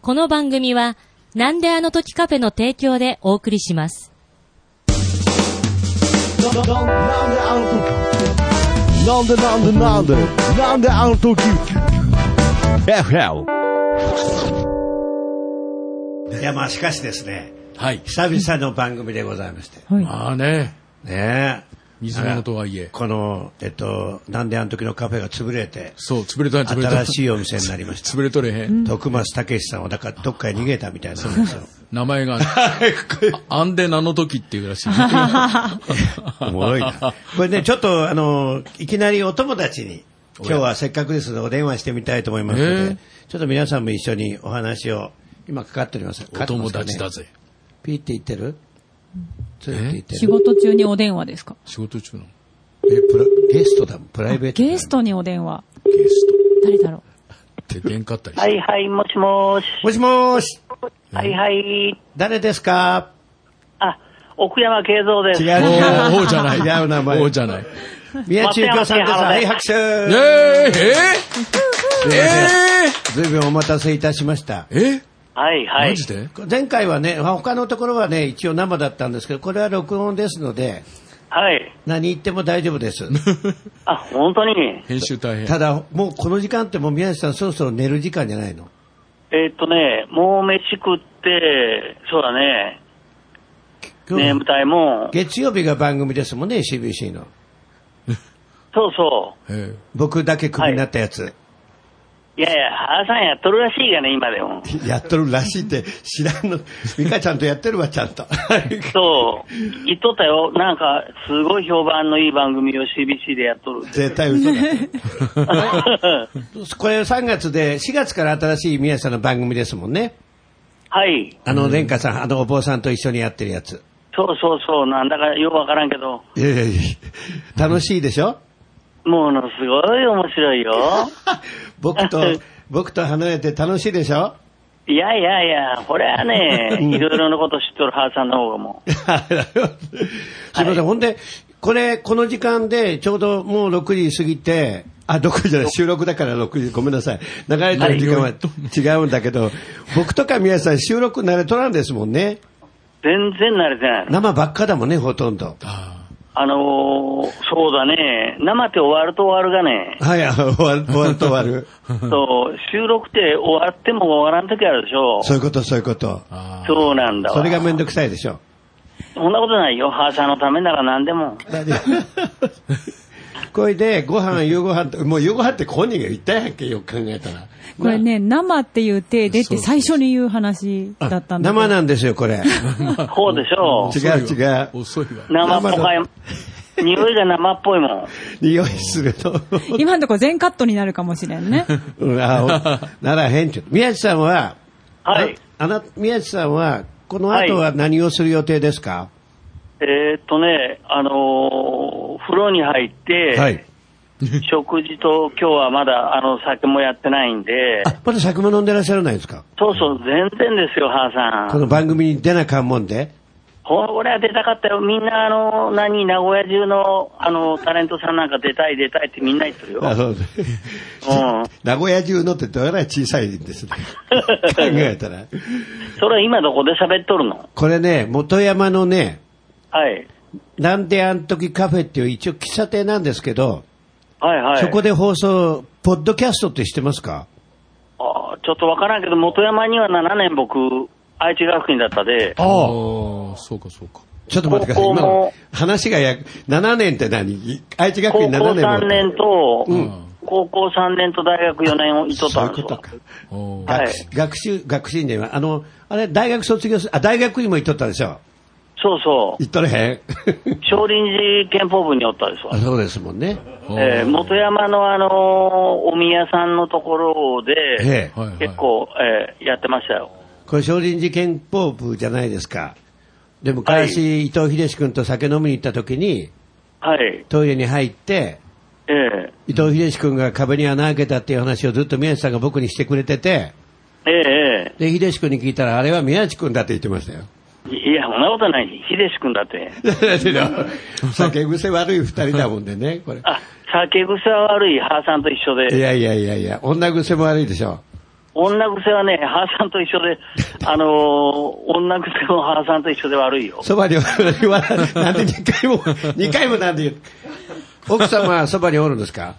この番組は、なんであの時カフェの提供でお送りします。なんであの時なんでなんでなんでなんであの時 FL いや、まあ、しかしですね、はい。久々の番組でございまして。まあね、ね水物とはいええ。この、えっと、なんであの時のカフェが潰れて、そう、潰れたん潰れた。新しいお店になりました。潰れとれへん。徳松武さんは、だから、どっかに逃げたみたいなんですよ。名前 が、アンデナの時っていうらしい。 おもろいな。これね、ちょっと、あの、いきなりお友達に、今日はせっかくですので、お電話してみたいと思いますのへでえ、ちょっと皆さんも一緒にお話を、今かかっております。お友達だかかってますかね。ぜ。ピーって言ってるつーって言って仕る。事中にお電話ですか仕事中の。え、プラゲストだもん、プライベートだもん。ゲストにお電話。ゲス誰だろト。って喧嘩ったりしはいはい、もしもーし。もしもーし、はいはい。誰ですかあ、奥山慶三です。違うお違う。ーおーじゃない。違う名前おーじゃない。宮中京さんです。松山はい、千拍手。えー、えすいー、まえせん。ずいぶんお待たせいたしました。ー、えはいはマい。ジで前回はね、他のところはね、一応生だったんですけど、これは録音ですので、はい。何言っても大丈夫です。あ、本当に。編集大変。ただ、もうこの時間ってもう宮地さんそろそろ寝る時間じゃないのえーっとね、もう飯食って、そうだね、今ネーム日隊も、月曜日が番組ですもんね、CBC の。そうそえ僕だけクビになったやつ。う。いやいや、母さんやっとるらしいがね、今 でも。やっとるらしいって知らんの。美香ちゃんとやってるわ、ちゃん と。そう、言っとったよ。なんか、すごい評判のいい番組を CBC でやっ とる。 絶対嘘だ。これ3月で、4月から新しい宮地さんの番組ですもんね。はい。あの、蓮華さん、あのお坊さんと一緒にやってるやつ。そうそうそう、なんだかよくわからんけど、いやいやいや楽しいでしょものすごい面白いよ。僕と、 僕と離れて楽しいでしょいやいやいや、これはね、いろいろなこと知っとる母さんの方がもう。すいません、ほんで、これ、この時間で、ちょうどもう6時過ぎて、あ、6時じゃない、収録だから6時、ごめんなさい。流れてる時間は違うんだけど、僕とか宮地さん収録慣れとらんですもんね。全然慣れてないの。生ばっかだもんね、ほとんど。あのー、そうだね、生って終わると終わるがね、はい、あ終わる、終わると終わる。そう、収録って終わっても終わらん時あるでしょ。そういうこと、そういうこと。そうなんだわ。それがめんどくさいでしょ。そんなことないよ、母さんのためなら何でも。 これで、ご飯、夕ご飯って、もう夕ご飯って本人が言ったやんけ、よく考えたら。うこれね、生っていう手出て最初に言う話だったんだけど生なんですよ、こ れ。こうでしょ違う違えうー、。遅いわ。生っぽかい生。匂いが生っぽいも ん。匂いすると。今のところ全カットになるかもしれん ね。うんあ おならへんちゅう。宮地さんは、はい。ああな、宮地さんは、この後は何をする予定ですかえー、っとね、あのー、風呂に入って、。食事と今日はまだあの酒もやってないんで、あ、まだ酒も飲んでらっしゃらないんですかそうそう、全然ですよ、母さこん。の番組に出なかんもんで。ほら、俺は出たかったよ。みんな、あの、何、名古屋中の、あの、タレントさんなんか出たい、出たいってみんな言ってるよ。あうそうねん。 名古屋中のってどれぐらい小さいんですね。 考えたら。それは今どこで喋っとるのこれね、元山のね、はい。なんであん時カフェっていう一応喫茶店なんですけど、はいはい。そこで放送、ポッドキャストって知ってますかあちょっとわからんけど、元山には7年僕、愛知学院だったで、ああ、そうかそうか。ちょっと待ってください。高校今のも話がや、7年って何愛知学高校院7年も3年と、うん高校3年と大学4年をいとっそたういんうでこすとよ。か。おーはい学学習、学習院では、あの、あれ、大学卒業す、あ、大学院も行っとったでしょそうそう。行っとれへん 少林寺憲法部におったですわあ。そうですもんね。おーえー元山のあのーお宮さんのところで、ええはいはい結構、えーやってましたよ。これ、少林寺憲法部じゃないですか。で、昔、伊藤秀志君と酒飲みに行った時に、はい。トイレに入って、ええ伊藤秀志君が壁に穴開けたっていう話をずっと宮地さんが僕にしてくれてて、えええで、秀志君に聞いたら、あれは宮地君だって言ってましたよ。えいや、そんなことない。秀志君だって。 酒癖悪い二人だもんでね、これ。あ、酒癖は悪い、母さんと一緒いで。やいやいやいや、女癖も悪いでしょ。女癖はね、母さんと一 緒で、あのー女癖も母さんと一緒で悪いよ。そばにおる言わない。なんで2回も、二回もなんで言う。奥様はそばにおるんですか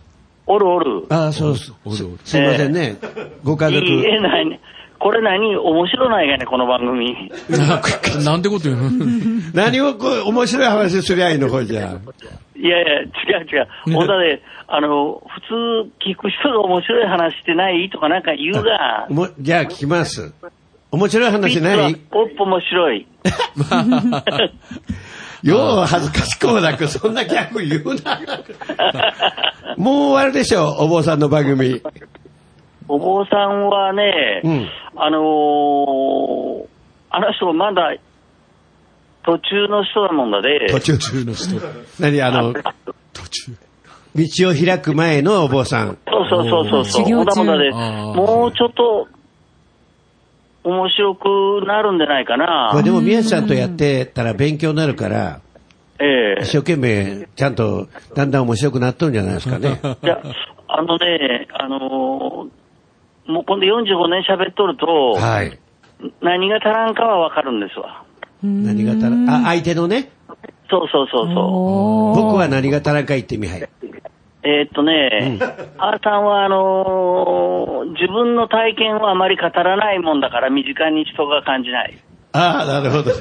おるおる。ああ、そうです。すすいませんね。ご家族。いいえ、何これ何面白ないがね、この番組。 なんてこと言うの 何をこう、面白い話すりゃいいの、これじゃいやいや、違う違う。女で、あの、普通聞く人が面白い話してないとかなんか言うがあ。、もじゃあ聞きます。面白い話なピいットはおっぽ面白い。よう恥ずかしくもなく、そんなギャグ言うな。もう終わるでしょう、お坊さんの番組。お坊さんはね、うんあのーあの人まだ途中の人だもんだで、途中中の人。何あの、道を開く前のお坊さん。そうそうそうそうそう、修行まだ中まだで、あーもうちょっと面白くなるんじゃないかこれな。でも宮地さんとやってたら勉強になるから、ええ一生懸命ちゃんとだんだん面白くなっとるんじゃないですかね。いや、あのね、あのーもう今度45年喋っとると、はい。何が足らんかはわかるんですわ。何が足らん、あ、相手のね、そうそうそうそう。おー僕は何が足らんか言ってみはい。えーっとね、母さんはあのー自分の体験をあまり語らないもんだから身近に人が感じない。ああ、なるほど。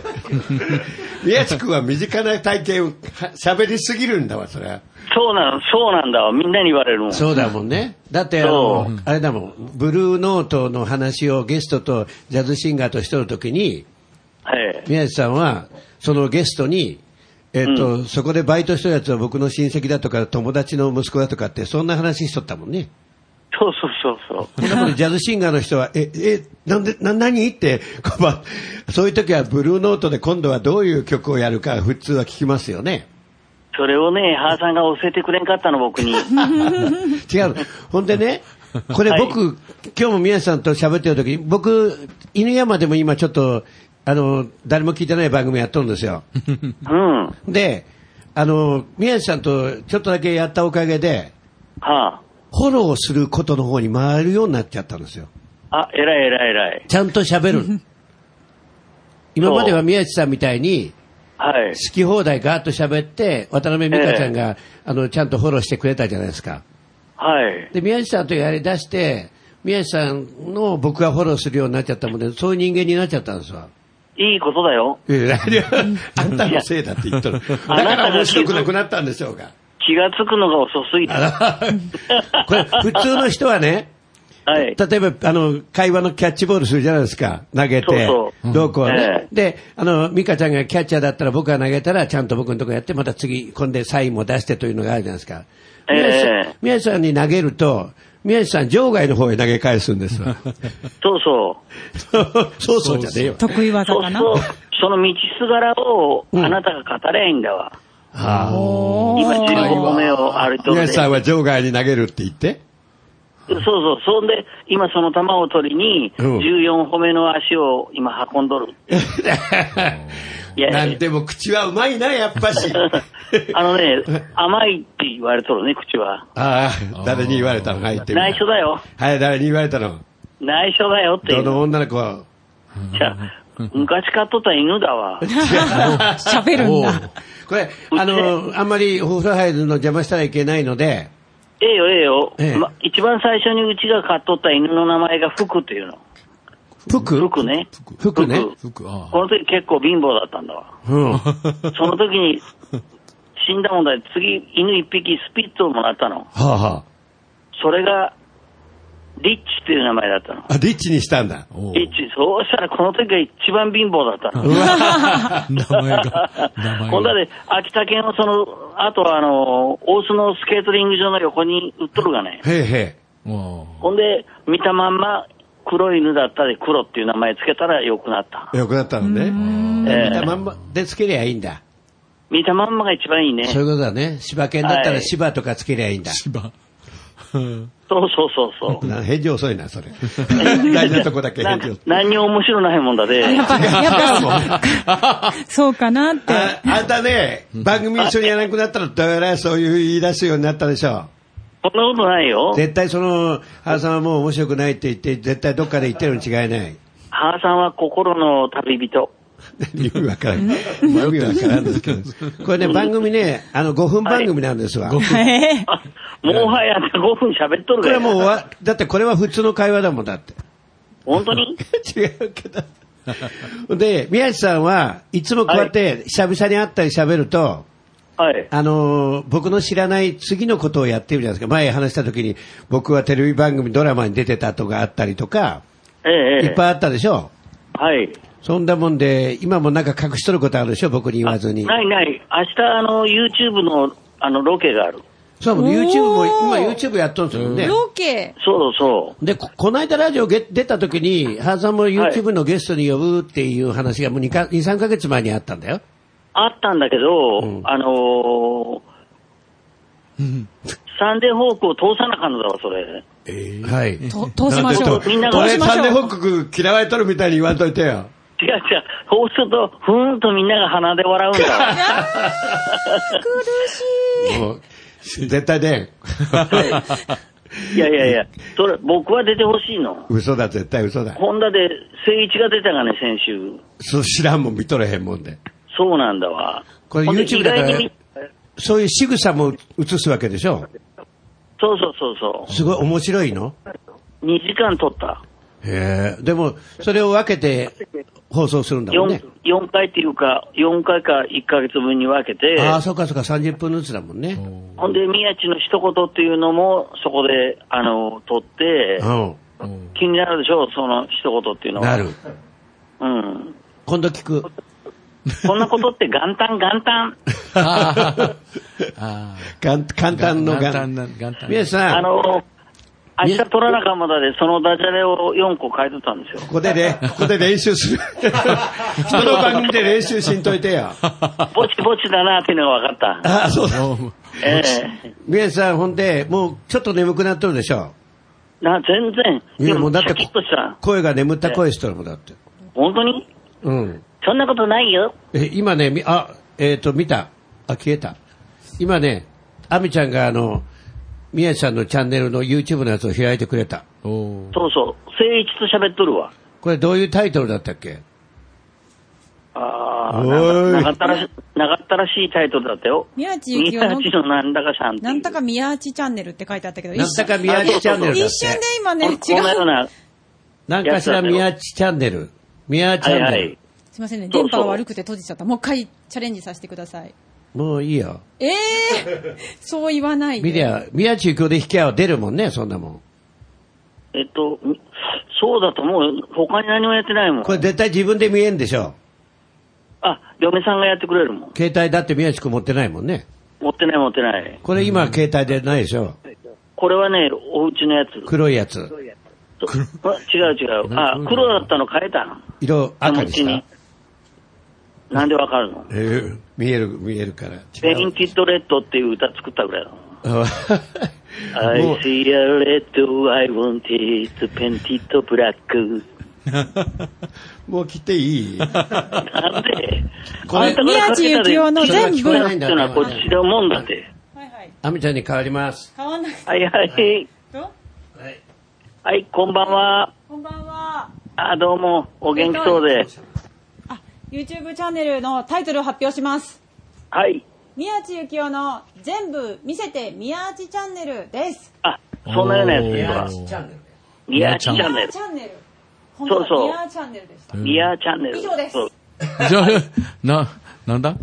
宮地君は身近な体験をは喋りすぎるんだわ、それは。そうなの、そうなんだわ。みんなに言われるもん。そうだもんね。だってあのそう、あれだもん、ブルーノートの話をゲストとジャズシンガーとしてるときに、はい。宮地さんは、そのゲストに、えっ、と、そこでバイトしてるやつは僕の親戚だとか友達の息子だとかって、そんな話しとったもんね。そうそうそうそう。こんなことジャズシンガーの人は、え、え、なんで、な、何って、こうまそういう時はブルーノートで今度はどういう曲をやるか普通は聞きますよね。それをね、母さんが教えてくれんかったの、僕 に。違うの。ほんでね、これ僕、今日も宮地さんと喋ってる時に、僕、犬山でも今ちょっと、あの、誰も聞いてない番組やっとるんですよ。うん。はで、あの、宮地さんとちょっとだけやったおかげで、あ。フォローすることの方に回るようになっちゃったんですよ。あ、偉い偉い偉い。ちゃんと喋る。今までは宮地さんみたいに、はい。好き放題ガーッと喋って、渡辺美香ちゃんが、あの、ちゃんとフォローしてくれたじゃないですか。はい。で、宮地さんとやり出して、宮地さんの僕がフォローするようになっちゃったもんで、そういう人間になっちゃったんですわ。いいことだよ。いやいやあんたのせいだって言ったら、だから面白くなくなったんでしょうが。気がつくのが遅すぎた。はこれ、普通の人はね、い。例えば、あの、会話のキャッチボールするじゃないですか。投げてそう、そうどうこうえねえ。で、あの、美香ちゃんがキャッチャーだったら僕が投げたら、ちゃんと僕のとこやって、また次、今度サインも出してというのがあるじゃないですか。ええ宮地さん宮地さんに投げると、宮地さん場外の方へ投げ返すんです わ。そうそう。そうそうじゃねえよ。得意技そうかなそう、その道すがらをあなたが語れいいんだわ。今15歩目を歩いてお宮る地で。さそんうは場外に投げるって言って。そう、そんで、今その球を取りに、うん14歩目の足を今運ん どる。いやなんでも口はうまいな、やっぱ し。あのね、甘いって言われとるね、口は。ああ、誰に言われたのはい、言ってみな内緒だよ。はい、誰に言われたの内緒だよってど言う。の女の子は。じゃあ昔飼っとった犬だ わ。喋るんだ。これ、あ の、あんまりお風呂入るの邪魔したらいけないので、ええよ、ええよ、 ええま。一番最初にうちが飼っとった犬の名前が福っていうの。服福ね。服ね。服、あこの時結構貧乏だったん だわ。うん。その時に、死んだもんだで、次、犬一匹スピッツをもらったの。はあ、はそれが、リッチっていう名前だったの。あ、あ、リッチにしたんだ。あ。おうリッチ、そうしたらこの時が一番貧乏だったの。名前が、名前ほんだが。で、秋田県のその、あとはあの、大須のスケートリング場の横に売っとるがね。 へえへおうほんで、見たまんま、黒い犬だったで黒っていう名前つけたら良くなった。え。よくなったのね。ええ見たまんまでつけりゃいいんだ。見たまんまが一番いいね。そういうことだね。柴犬だったらはい柴とかつけりゃいいんだ。芝。そうそうそうそ う。な返事遅いな、それ。 大事なとこだけ返なんか事遅い。何にも面白ないもんだで。やっぱ、やっ ぱ、そうかなって。ああんたね、番組一緒にやらなくなったら、どうやらそういう言い出すようになったでしょそんなことないよ。絶対その、原さんはもう面白くないって言って、絶対どっかで言ってるに違いない。 母さんは心の旅人。意味わからん。意味わからんですけど。これね、番組ね、あの、5分番組なんですわ。こえあもはや5分喋っとるかれはら。もう終わ、だってこれは普通の会話だもんだって。本当に 違うけど。 で、宮地さんはいつもこうやって久々に会ったり喋ると、はい。あのー僕の知らない次のことをやってるじゃないですか。前話した時に僕はテレビ番組ドラマに出てたとかあったりとか、ええ、ええ。いっぱいあったでしょ。はい。そんなもんで、今もなんか隠しとることあるでしょ、僕に言わずに。ないない。明日、あの、YouTube の、あの、ロケがある。そう、もう YouTube も、おー今 YouTube やっとるんですよね。ロケそうそう。で、ここの間ラジオげ出た時に、原さんも YouTube のゲストに呼ぶっていう話がもう2か、2、3ヶ月前にあったんだよ。あったんだけど、あのーサンデーホークを通さなかんのだわ、それ。はい。と通しましょう。みんな通がしましょう。告嫌われとるみたいに言わんといてよ。違う違う。そうすると、ふーんとみんなが鼻で笑うんだわ。 もう、絶対出ん。いやいやいや、それ、僕は出てほしいの。嘘だ、絶対嘘だ。ホンダで、誠一が出たがね、先週。そう知らんもん見とれへんもんで。そうなんだわ。これほんで YouTube だから意外にみそういう仕草も映すわけでしょ。そうそうそうそすごい面白いのう。2時間撮った。へえ。でも、それを分けて放送するんだもんね4。、四回っていうか、4回か1ヶ月分に分けて、ああ、そうかそうか、30分ずつだもんね。ほんで、宮地の一言っていうのも、そこで、あの、撮ってう、ん。気になるでしょ、その一言っていうのは。なる。うん。今度聞く。 こんなことって元旦元旦。あーあがん簡単の元が旦ん。な元旦皆さあん、この、明日撮らなかんまだで、そのダジャレを4個書いてたんですよ。 こでね、ここで練習 する。人の番組で練習しんといてよ。ぼちぼちだなっていうのが分かった。ああ、そうだ。え宮地さん、ほんで、もうちょっと眠くなっとるでしょ。えな、全然。いやもうだっシてャキッとした。声が眠った声しとるもんだって。本当にうん。そんなことないよ。え、今ね、みあ、えっ、と、見た。あ、消えた。今ね、アミちゃんがあの、宮地さんのチャンネルの YouTube のやつを開いてくれた。おーそうそう。誠一と喋っとるわ。これどういうタイトルだったっけああ、おいなかったらし、なかったらしいタイトルだったよ。宮地幸みん雄なのち、のなんだかさんっていう。なんたか宮地チャンネルって書いてあったけど、なんだか宮地チャンネルだっ一て。瞬で今ね、違う。こんなような。なんかしら宮地チャンネル。宮地チャンはいネル。はい。すいませんね、そうそう電波が悪くて閉じちゃった。もう一回チャレンジさせてください。もういいよ。ええ ー、そう言わない見りで。ゃ、宮地幸雄で引き合いは出るもんね、そんなもん。えっと、みそうだと思うよ。他に何もやってないもんこ。れ絶対自分で見えんでしょ。あ、嫁さんがやってくれるもん。携帯だって宮地君持ってないもんね。持ってない持ってない。これ今携帯でないでしょ。これはね、お家のやつ。黒いやつ。そあ違う違う。あ、黒だったの変えたの。色赤に手し持ちたに。なんでわかるのえー見える、見えるから。ペ違インう。ティッドレッドっていう歌作ったぐらいだもん。も I う see a red, I want it, painted black. もう来て いいなんで、これあんたからかけたで宮地幸雄の全部聞こえないっていうのはこっちのもんだって。はいはい。アミちゃんに変わります。買わないはいはい。と。はい、こんばんは。こんばんは。あ、どうも、お元気そうで。あ、YouTube チャンネルのタイトルを発表します。はい。宮地幸雄の全部見せて宮地チャンネルです。あ、そんなようなやつですわ。ミアチャンネ宮地ルチ。ャンネル。本当だそうそう宮地チャンネルでした。ミアチャンネル。以上ですそうじゃあ、な、なんだ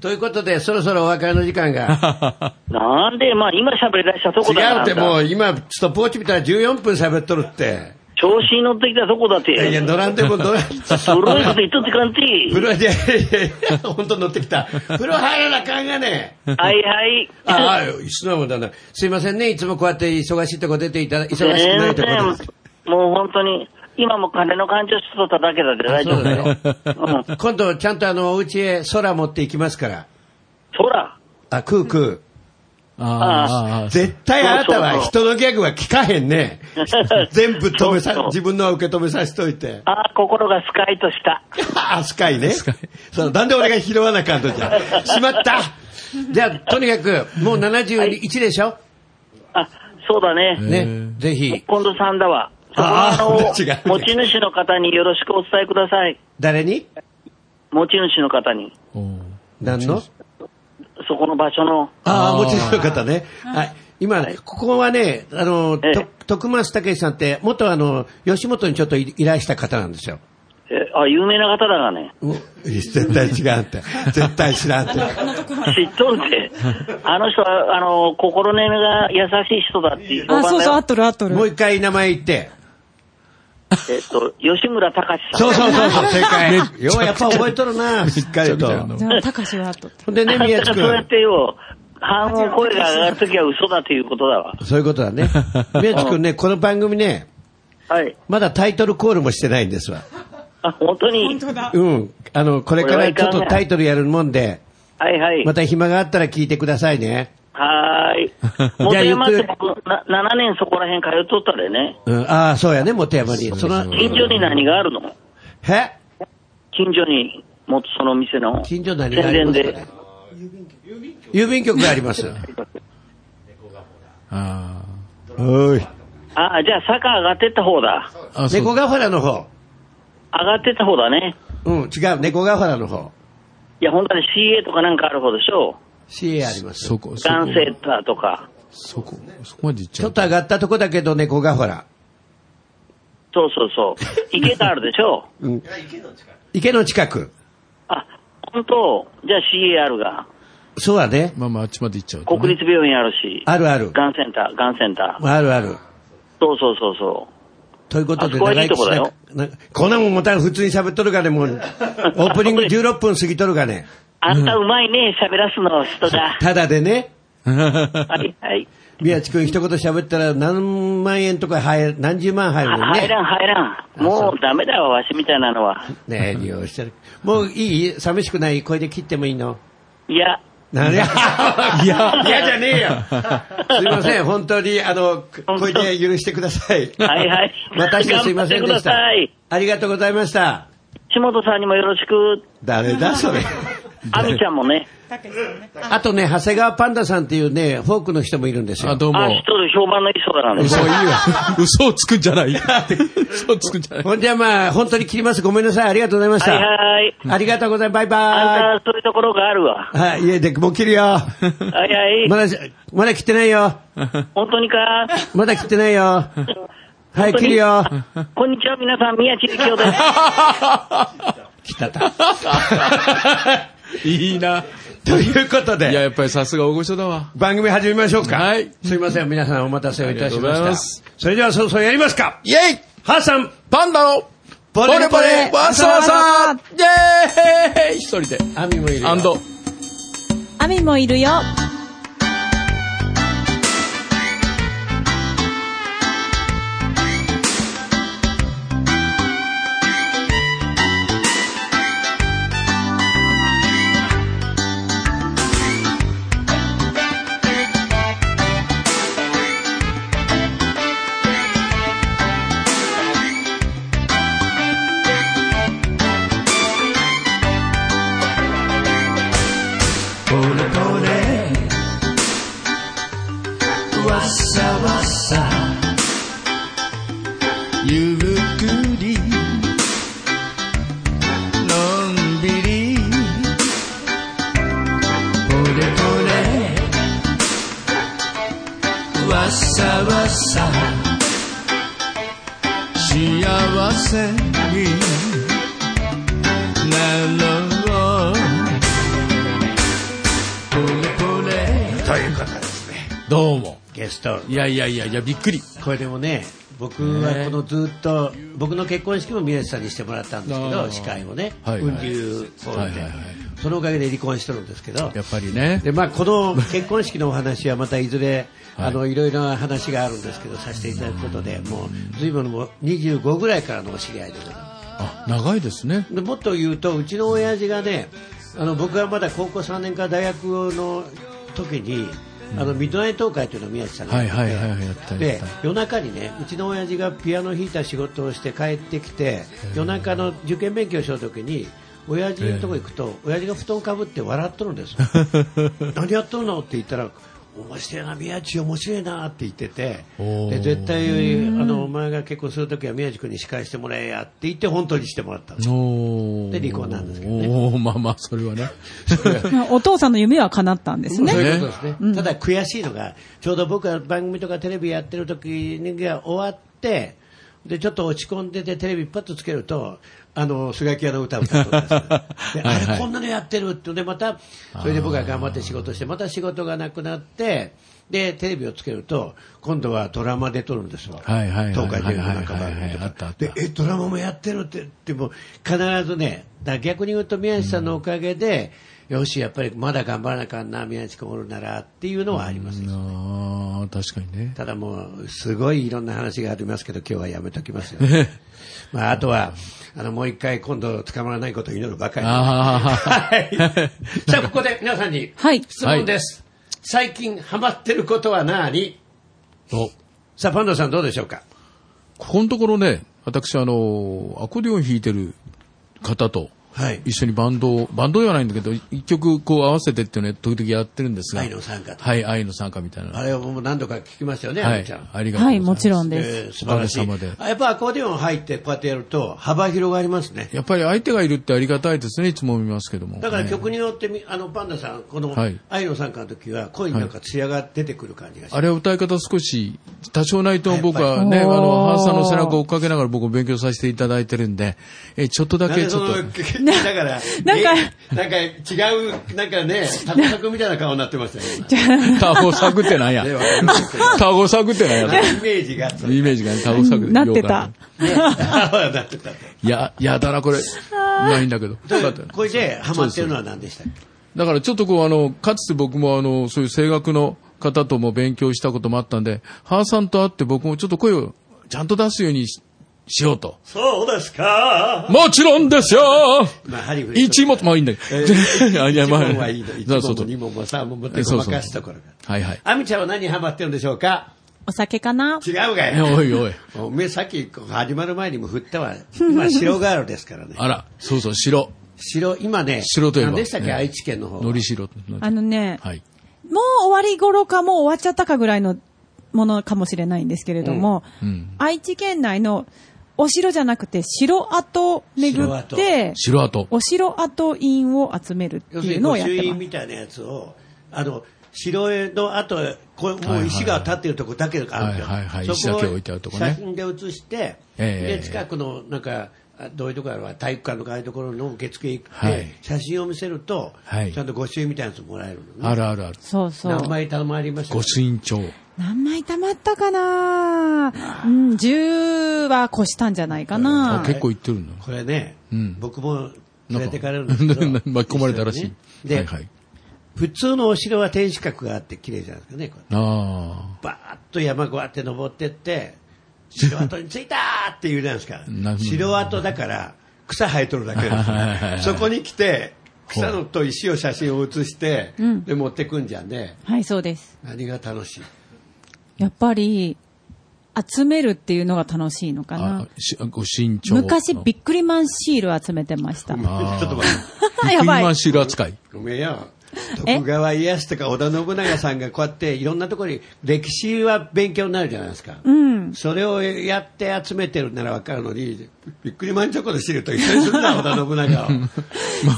ということで、そろそろお別れの時間が。なんで、まあ今喋り出したとこ違だうな。って、もあんたう今、ちょっとポーチ見たら14分喋っとるって。調子に乗ってきたとこだって。いやいや、乗らんでも乗らん。古い こと言っとってかんて。風呂、いやいやいや、本当乗ってきた。風呂入らなあかんがね。はいはい。ああ、素直だな。すいませんね、いつもこうやって忙しいとこ出ていただ、忙しく全ないとこ然ろで、もう本当に、今も金の感情しとっただけだで大丈夫だよ。うん。今度、ちゃんとあの、お家へ空持っていきますから。空。あ、空空。あーあー、絶対あなたはそ人のギャグは聞かへん ね。全部止めさ、自分のは受け止めさせとい て。ああ、心がスカイとした。あ、スカイね。そう、なんで俺が拾わなあかんとじゃ。しまったじゃあ、とにかく、もう71でしょ、あ、そうだね。ね、ぜひ、今度さんだわ。そこあはああの、 違うね持ち主の方によろしくお伝えください。誰に持ち主の方に。何のそこの場所の。ああ、もちろんの方ね。はい。今、ここはね、あの、ええと徳松武さんって、元あの、吉本にちょっと依頼した方なんですよ。え、あ、有名な方だがね。う絶対違うって。絶対知らんって。知っと るって。あの人は、あの、心根が優しい人だっていう評あ、判そうだそう、あよっ。とるあっとるも。う一回名前言って。えっと、吉村隆さん。そうそうそうそう、正解。 ようやっぱ覚えとるな、しっかりと。じゃあ、たかしはあっとった。ほんでね、宮だ地からそうやっ君。てよ、半音声が上がるときは嘘だということだわ。そういうことだ ね。宮地君ね、この番組ね、はい。まだタイトルコールもしてないんですわ。あ、本当に。うん。あの、これからちょっとタイトルやるもんで、はいはい。また暇があったら聞いてくださいね。はーい。元山って僕、な7年そこら辺通っとったでね。うん、ああ、そうやね、モテ山に。その、近所に何があるのえ近所に、もっとその店の。近所に何があります宣か伝ねで。郵便局があります。あおい。あ、じゃあ坂上がってった方だ。ーあ。そう猫ヶ原の方。上がってった方だね。うん、違う、猫ヶ原の方。いや、本当に CA とかなんかある方でしょ CA あります。そこ、そガンこ、セッターとか。そこ、そこまで行っちちゃょうっ。と上がったとこだけど、猫ヶ原。そうそうそう。 池があるでしょ池の近く。あ、本当じゃあ CA あるが。そうだね。まあまあ、あっちまで行っちゃうとね。国立病院あるし。あるある。ガンセンター、ガンセンター。あるある。そうそうそうそう。ということあで、そこはいいとこだなよなこんなもんまた普通に喋っとるが ね、もう、オープニング16分過ぎとるがね。あんたうまいね、喋らすの、人が。ただでね、はい、はい。 宮地君一言喋ったら何万円とか入る、何十万入るはの入ね。らん、入らん。もうダメだわ、わしみたいなのは。ねえ、利用してる。もういい寂しくないこれで切ってもいいのいや、なん でいや、いやじゃねえよ。すいません、本当に、あの、これで許してください。はいはい。 私すいませんでした頑張ってください。。ありがとうございました。下本さんにもよろしく。誰だ、それ。アミちゃんもね。あとね、長谷川パンダさんっていうね、フォークの人もいるんですよ。あ、どうもあ、。一人評判のいい人だなんで嘘いいわ。嘘をつくんじゃない。嘘をつくんじゃない。ほんじゃまあ、本当に切ります。ごめんなさい。ありがとうございました。はいはい。ありがとうございます。バイあバんた、そういうところがあるわ。イ。はい、いや、で、もう切るよ。はいはい。まだ、まだ切ってない よ。本当にかまだ切ってないよ。はい、切るよ。こんにちは、皆さん。宮地幸雄です。切ったった。 いいな。ということいや、で、やっぱりさすが大御所だわ。番組始めましょうか。はい。すいません、皆さんお待たせをいたしまありがとうございしまたす。それでは、そろそろやりますか。イェイハッサン、パンダのボボレレボボレレ、ワサワサイェーイ一人で。アミもいるよアンド。アミもいるよ。ゆっくり。のんびり。わさわさ幸せになろうポレポレということですね。どうも。ゲスト。いやいやいやいや、びっくり。これでもね、僕はこのずっと、僕の結婚式も宮地さんにしてもらったんですけあど、ー司会をね、はいはい雲流ホールではいはいはい、そのおかげで離婚してるんですけど、やっぱりね。でまあ、この結婚式のお話はまたいずれ、あのいろいろな話があるんですけどさせていただくことでもう随分もう25ぐらいからのお知り合いでございまあ、長いですね。すでもっと言うとうちの親父がねあの僕はまだ高校3年から大学の時にあのミッドナイト東海というのを宮地さんがはやっいてはいはいはい、やったやっでた。夜中にねうちの親父がピアノ弾いた仕事をして帰ってきて夜中の受験勉強しようときに親 父のとこ行くと、親父が布団かぶって笑っとるんですよ何やっとるのって言ったら面白いな、宮地面白いなって言ってて、で絶対、あの、お前が結婚するときは宮地君に司会してもらえやって言って、本当にしてもらったの。おで離婚なんですけどねおーまあまあ、それはね。お父さんの夢は叶ったんですそうね。いうことですね。ただ悔しいのが、ちょうど僕は番組とかテレビやってる時が終わって、で、ちょっと落ち込んでてテレビパッとつけると、あの、スガキ屋の歌を歌うと ですねではいあはれいこんなのやってるって、で、また、それで僕は頑張って仕事して、また仕事がなくなって、で、テレビをつけると、今度はドラマで撮るんですわ。はいはいはい東海テレビの中番組とはいはいはいはいあったあかっ。たで、え、ドラマもやってるって、でも、必ずね、だから逆に言うと、宮地さんのおかげで、よし、やっぱりまだ頑張らなあかんな、宮地君おるならっていうのはあります。ああ、確かにね。ただもう、すごいいろんな話がありますけど、今日はやめときますよ。まあ、あとは、あの、もう一回今度捕まらないことを祈るばかりで。あはい。じゃあ、ここで皆さんにはい。質問です。最近ハマってることは何あ。おさあ、パンダさんどうでしょうかここのところね、私、あの、アコーディオン弾いてる方と、はい一緒にバンドを、バンドではないんだけど、一曲こう合わせてっていうのを時々やってるんですが。愛の参加とはい、愛の参加みたいな。あれをもう何度か聞きましたよね、はあのいちゃん。、ありがとうございます。はい、もちろんえです。ー素晴らしい。おかげさまであやっぱアコーディオン入ってこうやってやると幅広がりますね。やっぱり相手がいるってありがたいですね、いつも見ますけども。だからね曲によってみ、あの、パンダさん、このはい、愛の参加の時は、声になんか艶が出てくる感じがしあれは歌い方少し、多少ないと僕はあね、やあっぱりの、おーハンさんの背中を追っかけながら僕も勉強させていただいてるんで、え、ちょっとだなんけでちそょっの、と。だから、なんかねなんか違う、なんかね、タコタコみたいな顔になってました よ、今タゴサグってな んやねわかりますけど。タゴサグってなんやイメージが つイメージがね、タゴサグなってた。なってたと。いや、やだな、これ。ないん だけど。だってこれで、ハマってるのは何でしたっけだからちょっとこう、あの、かつて僕もあの、そういう声楽の方とも勉強したこともあったんで、ハーさんと会って僕もちょっと声をちゃんと出すようにししようと。そうですかもちろんです よまあ、ハリフ一問、まあいいんだえけど。ー いや一まあ問はいいの。一そうそ問も二うそう問も三問もってえごそうまそうかすところが。はいはい。アミちゃんは何にハマってるんでしょうかお酒かな違うがえよ。おいおい。おめえさっき始まる前にも振っ たわ。今、白ガールですからね。あら、そうそう、白。白、今ね、白といえば何でしたっけ、ね愛知県の方。のり白。あのね、はい。もう終わり頃かもう終わっちゃったかぐらいのものかもしれないんですけれども、うん。愛知県内のお城じゃなくて城跡を巡って、白跡。お城跡院を集めるって要すいるうに、のを御やっ朱て印ます。みたいなやつを、あの、白絵の後、こうもう石が立ってるとこだけがあるんだよ。はいはいはいそこを石だけ置いてあるとこね写真で写して、ええで、近くの、なんか、あどういうとこやろう体育館のかああいうところの受付行って、はい写真を見せると、はいちゃんと御朱印みたいなやつもらえるのね。あるあるある。そうそう。何枚頼まれました御朱印帳。何枚溜まったかなうん、10は越したんじゃないかあな結構行ってるんだ。これね、うん僕も連なんれかてかれるんですけど。 巻き込まれたらし一緒にねい。で、はいはい。普通のお城は天守閣があって綺麗じゃないですかね。こうあバーッと山こうやって登ってって、城跡に着いたーって言うじゃないですか な。るほど城跡だから草生えとるだけなんですよ はいはいはいそこに来て、草のと石を写真を写して、で持ってくんじゃんね。はい、そうです。何が楽しいやっぱり、集めるっていうのが楽しいのかあな。。し御朱印帳。昔、ビッックリマンシール集めてました。あ ーちょっと待って。クやリばいマンシール扱い。ごめんよ。え徳川家康とか織田信長さんがこうやっていろんなところに歴史は勉強になるじゃないですか。それをやって集めてるならわかるのに、びっくりマンチョコのシールと一緒にするな、織田信長を。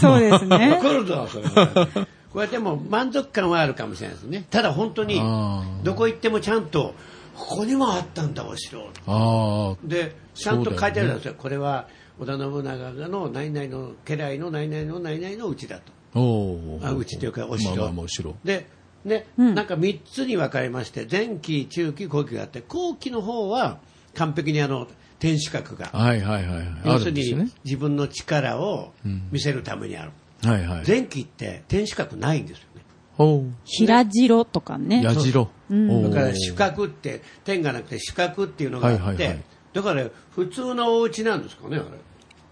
そうです ね。怒るぞ、それは。これでも満足感はあるかもしれないですね。ただ本当にあ、ーどこ行ってもちゃんと、ここにもあったんだ、お城。ああ。で、ちゃんと書いてあるんですよ。これは織田信長の何々の家来の何々の何々のうちだと。おーあうちというかお城、まあまあまあ、お城。でね、なんか3つに分かれまして前期、中期、後期があって後期の方は完璧にあの天守閣がはいはいはいはい。あ要するるんですよにね。自分の力を見せるためにある、はいはい。前期って天守閣ないんですよねおう。平城とかね。やじろ。おだうから主閣って天がなくて主閣っていうのがあって、はいはいはいだから普通のお家なんですかねあれ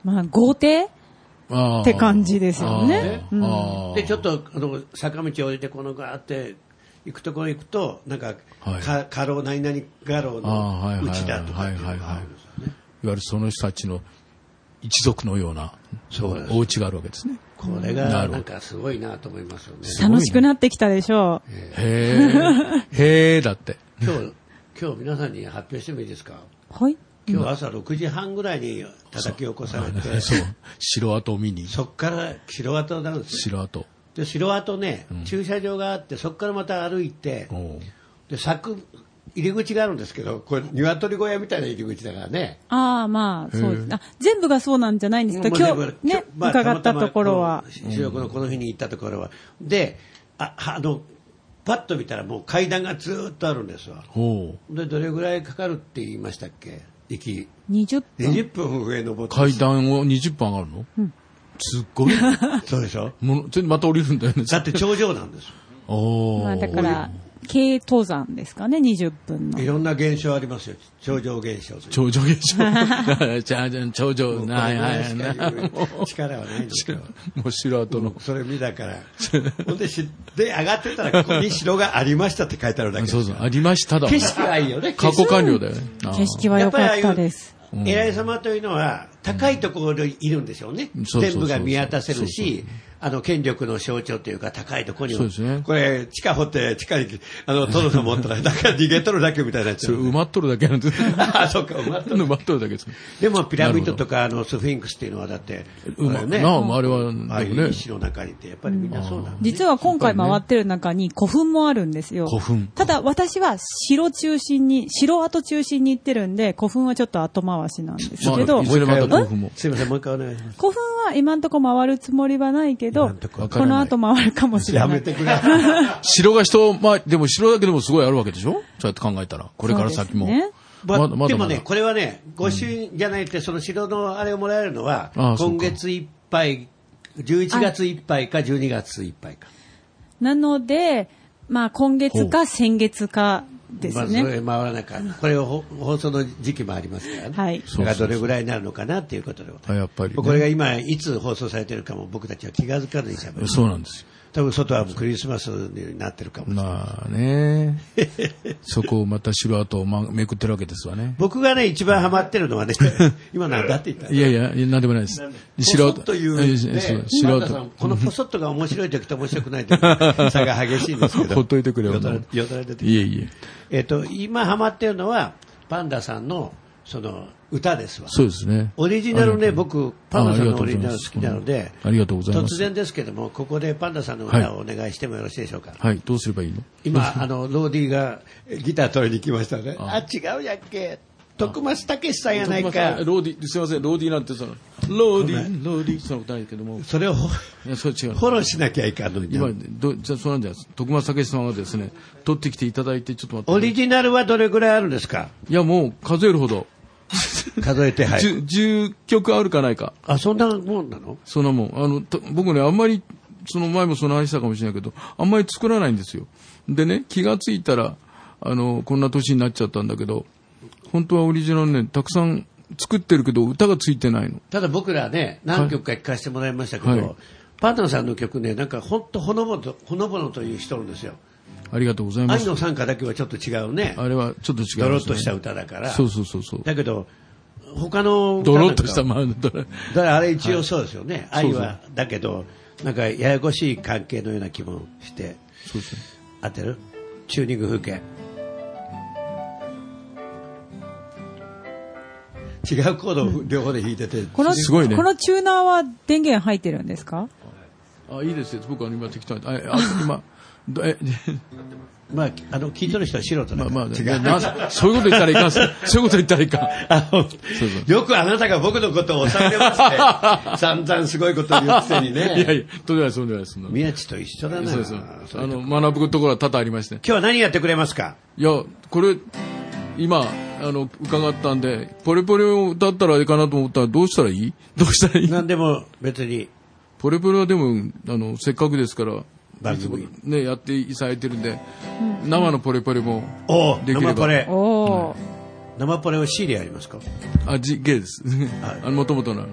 まあ、豪邸あーって感じですよねあーあーでちょっとあの坂道を降りてこのガーって行くところ行くとなんか、はいか家老何々家老あーはいはのいはいうちだとかっていうのがあるんですよねいわゆるその人たちの一族のような、そうですお家があるわけですね。これがなるほどなんかすごいなと思いますよね。楽しくなってきたでしょう。へ え、へえ、だって。今日、今日皆さんに発表してもいいですかはい。今日朝6時半ぐらいに叩き起こされて、そう。城跡を見に、そこから城跡なんですよ。城跡。で城跡ね、駐車場があって、そこからまた歩いて、おうで柵、入り口があるんですけど、これ、鶏小屋みたいな入り口だからね、ああ、まあ、そうです。あ、全部がそうなんじゃないんですけど、もう今日ね、伺ったところは。。まま収録のこの日に行ったところは。で、ああの、パッと見たらもう階段がずーっとあるんですわ。おうで、どれぐらいかかるって言いましたっけ行き。 20分。 20分上登って。階段を20分上がるのすっ ごい。そうでしょもの、ちょっとまた降りるんだよね。だって頂上なんです。おーまあ、だから、軽登山ですかね、20分のい。ろんな現象ありますよ。頂上現象という。頂 上現象。 じゃあ、じゃあ頂上、はいはいはい。い。力はないんですけど。 もう城跡の。それ見だから。ほんでし、で、上がってたら、ここに城がありましたって書いてあるだけですそうそう、ありましただもん景色がいいよね。過去完了だよね。あー景色は良かったです。やっぱりああいう偉い様というのは、高いところにいるんでしょうね、うんそうそうそ全う部が見渡せるしそう、あの権力の象徴というか、高いところにそうですねこれ、地下掘って、地下にあの取ると思ったら、だから逃げ取るだけみたいになっちそゃれ埋う。まっとるだけなんです。 あそっか埋まっとる 埋まっとるだけです。でもピラミッドとかあのスフィンクスっていうのはだって、うまこれなあ、あれは、でああいもうね、石の中にって、やっぱりみんなそうなんで、実は今回回ってる中に古墳もあるんですよ。古墳ただ私は城中心に、城跡中心に行ってるんで、古墳はちょっと後回しなんですけまど、あいずれまた豆腐も。すいません、もう一回お願いします。古墳は今んとこ回るつもりはないけど、今んとこわこからのない後回るかもしれやなめい。てくれ。城が人、まあ、でも城だけでもすごいあるわけでしょそうやって考えたら。これから先もそうですね。ままだまだまだでもね、これはね、御朱印じゃないって、その城のあれをもらえるのは、ああそうか今月いっぱい、11月いっぱいか12月いっぱいか。 なので、まあ今月か先月かですまあ、そね。れ回らなかった。これをほ放送の時期もありますからね。はいそれがどれぐらいになるのかなっていうことでございますあやっぱりねこれが今、いつ放送されてるかも僕たちは気が付かずにしゃべる。そうなんですよ。多分外はもうクリスマスになってるかもしれない。まあ ね。そこをまた城跡をまめくってるわけです わね。僕がね、一番ハマってるのはね、今なんだって言ったいやいや、いやなんでもないです。ポソッという、えね、そう柴城田さん跡。このポソッとが面白い時と面白くない時の差が激しいんですけど。 ほっといてくれよよだれよだれ出てきたいえいえ。えっと、今ハマってるのは、パンダさんの、その、歌ですわ。そうですね。オリジナルね、僕、パンダさんのあオリジナル好きなので、ありがとうございます突然ですけども、ここでパンダさんの歌をお願いしてもよろしいでしょうか。はい、どうすればいいの今、あの、ローディーがえギター取りに来ましたね。あ、違うやっけ。徳松武さんやないか。ローディ、すいません、ローディなんてその、ローディ、ローディ、そんなことないけども、それをフいや、それ違う。ォローしなきゃいかんのにね今、どじゃあそうなんじゃないです徳松武さんがですね、取ってきていただいて、ちょっと待って。オリジナルはどれぐらいあるんですかいや、もう数えるほど、数えて、は十10曲あるかないか。あ、そんなもんなのそんなもん。あの、と僕ね、あんまり、その前もその話したかもしれないけど、あんまり作らないんですよ。でね、気がついたら、あの、こんな年になっちゃったんだけど、本当はオリジナルね、たくさん作ってるけど、歌がついてないの。ただ僕らね、何曲か聴かせてもらいましたけど、はいパンダさんの曲ね、なんかほんとほのぼのと、ほのぼのという人なんですよ。ありがとうございま愛す。の賛歌だけはちょっと違うね。あれはちょっと違う、ドロッとした。歌だから。そうそうそうそう。だけど、他の歌ドなんロかッとしたマウンドだ。だからあれ一応そうですよね。はい愛は、だけど、なんかややこしい関係のような気もして、そうそう。当てるチューニング風景。違うコードを両方で弾いてて、この、すごいねこのチューナーは電源入ってるんですかあ、いいですよ。僕は今適当に。あ、あ 今、どえ、まあ、あの、聞いとる人は素人だまあからまあ、違ねう。なそういうこと言ったらいかんっす。そういうこと言ったらいかん。 あのそうそうよくあなたが僕のことを収めます ね。散々すごいことを言うくせにいやね。いや、とんでもないです、とんでもないです。そんな宮地と一緒だな。そうです。そういあうとこの、学ぶところは多々ありまして。今日は何やってくれますかいや、これ、今、あの、伺ったんで、ポレポレを歌ったらいいかなと思ったら、どうしたらいいどうしたらいい何でも別にポレポレはでも、あの、せっかくですから、番組。ね、やっていただいてるんで、生のポレポレも、おお、できれば生ポレお。おー、生ポレを C でやりますかあ、じ、ゲーです。あの、もともとの、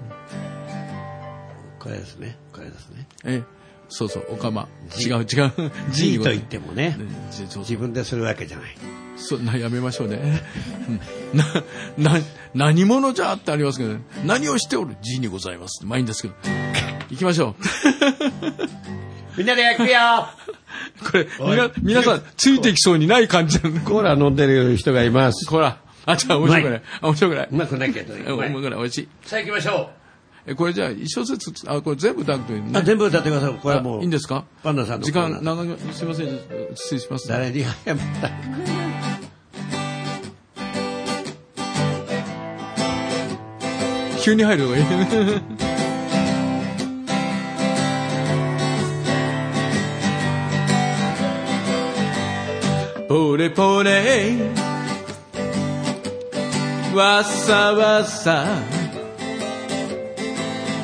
これですね。これですね。え、そうそう、おかま。違う違う。じじいと言ってもね、そうそ自分でするわけじゃない。うそうなやめましょうね。 うんな、な、何者じゃってありますけどね。何をしておるじにございます。まあいいんですけど。行きましょみんなで行くよう。 これ、みな、皆さん、ついてきそうにない感じなの。コーラ飲んでる人がいます。ほら。あ、じゃあ面白くなうま。い。あ面白くないうまくないけど、え面白くない。美味しい。さあ行きましょえ、これじゃあ、一小節つ、あ、これ全部ダンクという。うあね。全部歌ってください。これはもう。いいんですかパンダさんの時コーナー間、長く、すいません。失礼します。誰に謝った急に入るのがいい。ポレポレわさわさ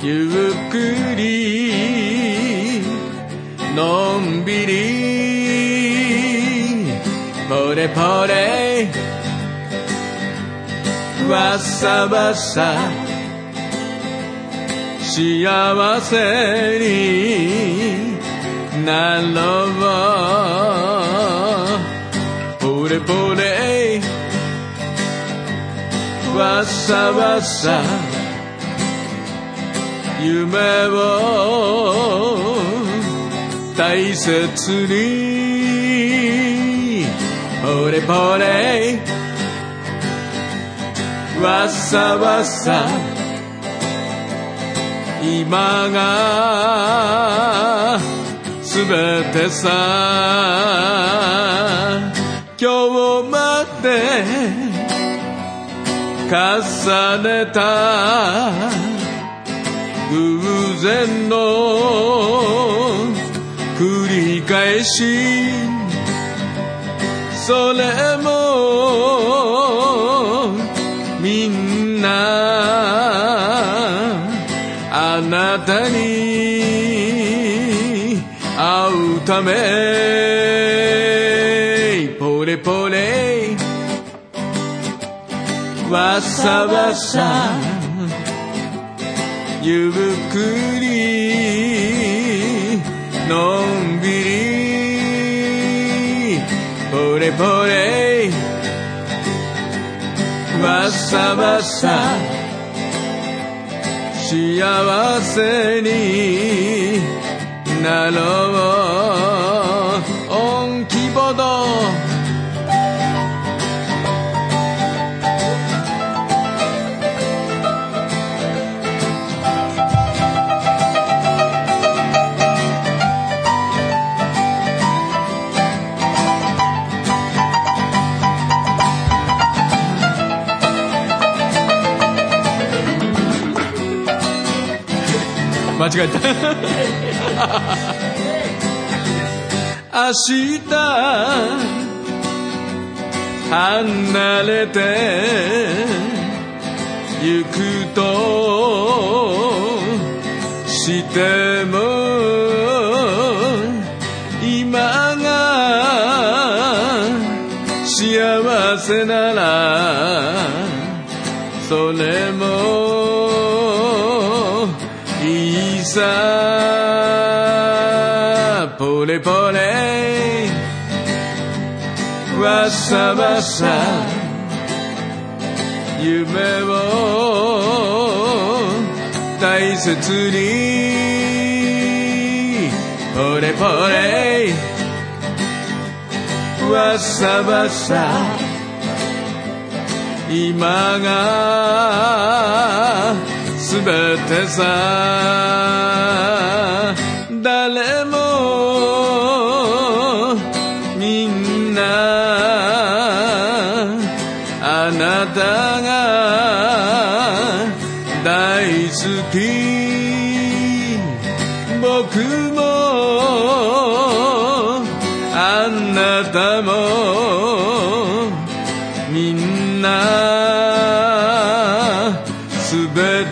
ゆっくりのんびりポレポレわさわさ幸せになろうポレポレわさわさ夢を大切にポレポレわさわさ今がすべてさ今日まで重ねた偶然の繰り返しそれもみんなあなたに会うためポレポレわさわさゆっくりのんびりポレポレわさわさ幸せになろう音希望だ間違えた明日離れて行くとしても今が幸せならそれもいいさポレポレわさわさ夢を大切にポレポレわさわさ今がすべてさ誰もみんなあなたが大好き僕もあなたもみんなすべ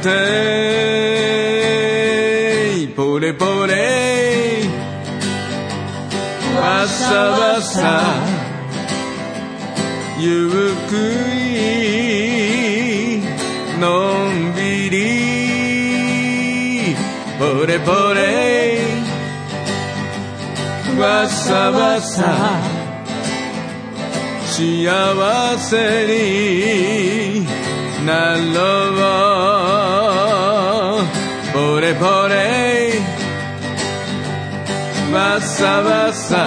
てポレポレわさわさゆっくりのんびりポレポレわさわさ幸せになろうポレポレわさわさ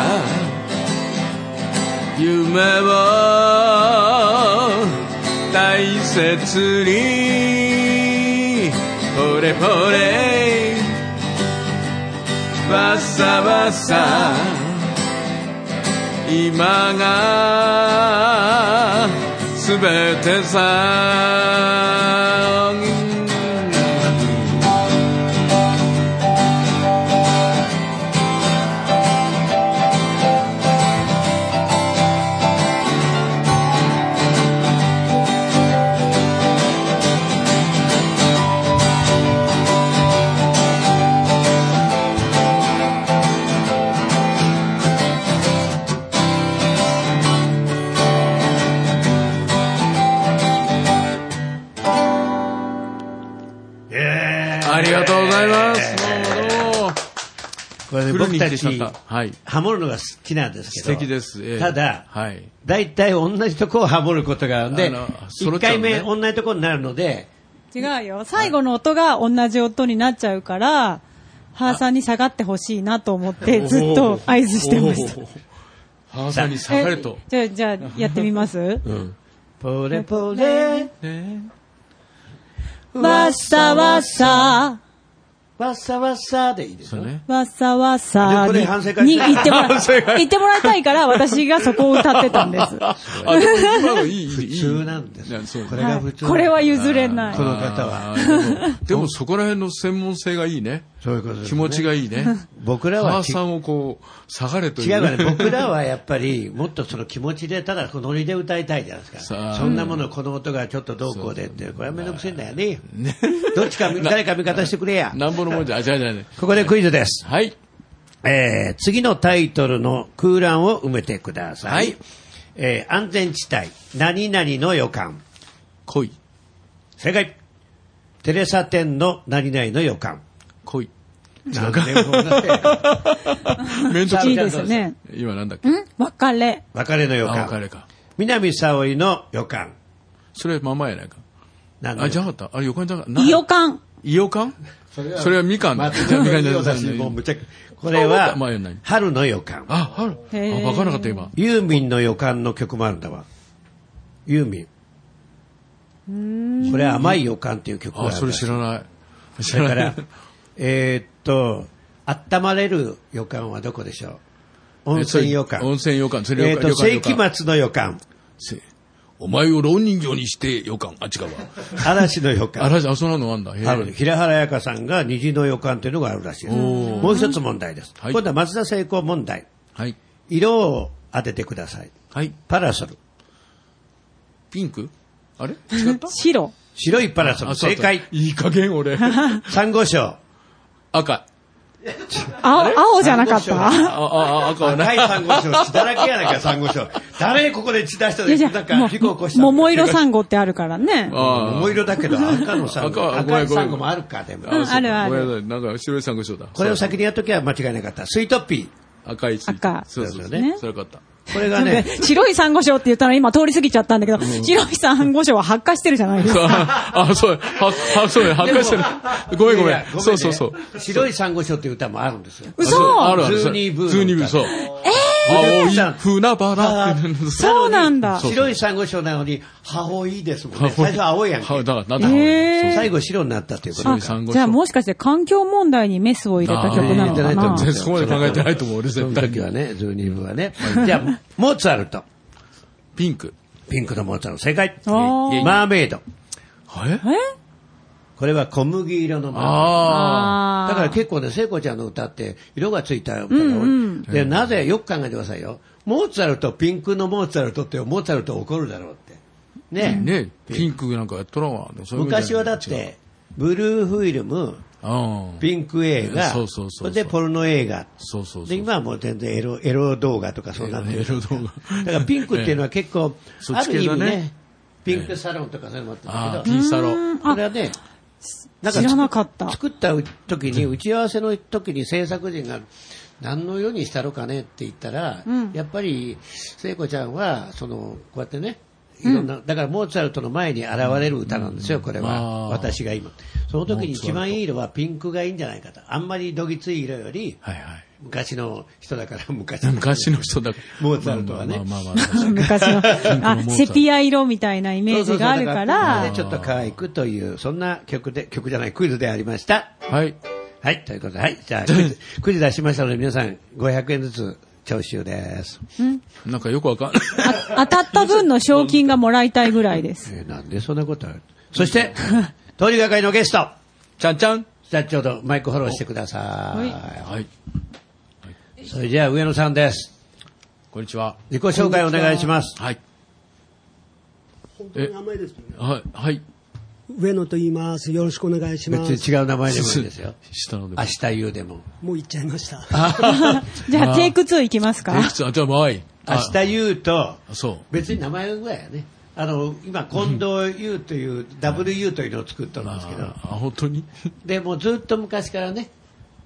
夢を大切にポレポレわさわさ今がすべてさありがとうございます。どうもどうもこれね、黒僕に来たてしちまった。はい。ハモるのが好きなんですけど素敵です。ええただ、はい。大体同じとこをハモることがあるんであの揃1っちゃ回うのね目同じとこになるので違うよ。最後の音が同じ音になっちゃうから、ハーさんに下がってほしいなと思って、ずっと合図してました。おー。母さんに下がれと。えじゃあ、じゃあ、やってみますポレポレねわっさわっさ、わっさわっさでいいですそうよ、ね、ね。わっさわっさでこれに反省会に言ってもら、反省会言ってもらいたいから、私がそこを歌ってたんです。 あ、でも今のいい、いい。普通なんですいやそうこれはがい普通これは譲れないこ。の方はあーでもでもそこら辺の専門性がいいね。そういうことですね気持ちがいいね。僕らは母ちさんをこう、下がれという。違うわね、僕らはやっぱり、もっとその気持ちで、ただこのノリで歌いたいじゃないですさか。あそんなもの、この音がちょっとどうこうでって、これはめんどくせえんだよね。どっちか、 誰か味方してくれや。なんぼのもんじゃ、あ、じゃじゃね。ここでクイズです。はい。えー次のタイトルの空欄を埋めてください。はいえー安全地帯、何々の予感。恋、正解。テレサテンの何々の予感。 恋。なんでもなくてめんどくさいいいですね。今なんだっけん別れ。別れの予あ、おれ感。か。南沙織の予感。それまんまやないか。なんであ、じゃなかった。あれ、予感じゃなかった。いよかん。いよかんそれはみかんだ。じゃあみかんじゃないもうむちゃくこれはまあいいよ何、春の予感。あ、はる。へーあ、わからなかった、今。ユーミンの予感の曲もあるんだわ。ユーミン。これ、甘い予感っていう曲がああ、るんだそれ知らない。知それらかならい。、えーっと、温まれる予感はどこでしょう温泉予感。えそれ温泉予感それえ予ーっ感と、世予感紀末の予感。せお前を老人形にして予感。あ、違うわ。嵐の予あ感。らじゃ、あそんなのあんだ。へーある平原彩香さんが虹の予感というのがあるらしいです。もう一つ問題です。はい今度は松田聖子問題。はい。色を当ててください。はい。パラソル。ピンク あれ違った白。白いパラソあル。そう正だった解。いい加 減俺。サンゴ礁。赤。青、青じゃなかっサたンゴあ、あ、あ赤は赤ないい。サンゴ礁。血だらけやなきゃ、サンゴ礁。誰ここで血出したいやで、じゃなんあもか事故起こしたう桃色サンンゴってあるからね。 あ桃色だ けど、赤のサンゴ。赤は赤ごめいんごめんサンゴもあるか、でも。うんあるあるごめんなさい。なんか白いサンゴ礁だ。これを先にやっときゃ間違いなかった。スイートピ赤いし。赤そうそそううそだうよねそれよかった。 ー。これが ね、白いサンゴ礁って言ったの今通り過ぎちゃったんだけど、白いサンゴ礁は発火してるじゃないですか。あ、あそう、は、は、そうね、発火してる。ごめんごいめやいやん。そうそうそう。ね白いサンゴ礁っていう歌もあるんですよ。嘘あるある。ズーニーブーの歌ズーニーブー、そう。青い船ばら。 そうなんだ。白いサンゴ礁なのに、母多いですもんね。最初は青いやんけ。は、だから、なんだえー最後白になったっていうこと白かいサンゴ礁。じゃあもしかして環境問題にメスを入れた曲なのかあなーそこまで考えてないと思う、俺その絶対時に。はね、ズーニーブはね。じゃあ、モーツァルト。ピンク。ピンクのモーツァルト。正解。あーマーメイド。ええこれは小麦色のマーメイあド。あだーから結構ね、聖子ちゃんの歌って色がついた歌が多い。で、なぜ、よく考えてくださいよ。モーツァルト、ピンクのモーツァルトって、モーツァルト怒るだろうって。ねあ。ねピンクなんかやっとらんわ。そういうことじ昔ゃなはいだっ。違うて、ブルーフィルム、うん。ピンク映画、そうそうそうそうれでポルノ映画。そうそうそうで、今はもう全然エロ、エロ動画とかそうなってエる。ロ動画。だからピンクって いうのは結構、そあっちる系意だ味ねね、ピンクサロンとかそういうのもああったあ、けど、ピンサロ。これはね、なん知らなかった作った時に、打ち合わせの時に制作陣が、何のようにしたろかねって言ったら、うんやっぱり聖子ちゃんはそのこうやってねいろんな、だからモーツァルトの前に現れる歌なんですよ、これは、あー私が今、その時に一番いい色はピンクがいいんじゃないかと、あんまりどぎつい色より、はいはい。昔の人だから、 昔昔の人だかモーツァルトはねまあまあまあまあ確かに 昔の、あ、セピア色みたいなイメージがあるかそうそうそうだかららち、ょっと可愛くという、そんな曲で、曲じゃない、クイズでありました。はい。はい、ということで、はい、 じゃあ、クイズ、クイズ出しましたので、皆さん、500円ずつ、徴収です。なんかよくわかんない。あ当たった分の賞金がもらいたいぐらいです。えーなんでそんなことあるそ して、通りがかりのゲスト、ちゃんちゃん。ちょうどマイクフォローしてくださ はい。い。それじゃあ、上野さんです。こんにちは。自己紹介お願いします。はい。本当に名前ですもんね。はい。はい。上野と言います。よろしくお願いし別ます。に違う名前でもいいですよ。下のでも明。日言うでも。もう言っちゃいました。 じゃあ、テイク2いきますかテイクツーあ、じゃあ、まあいい。明あ日言うと、そう。別に名前ぐらいやね。あの、今、近藤優という、WU というのを作ったんですけどあ、、あ本当にで、もうずっと昔からね、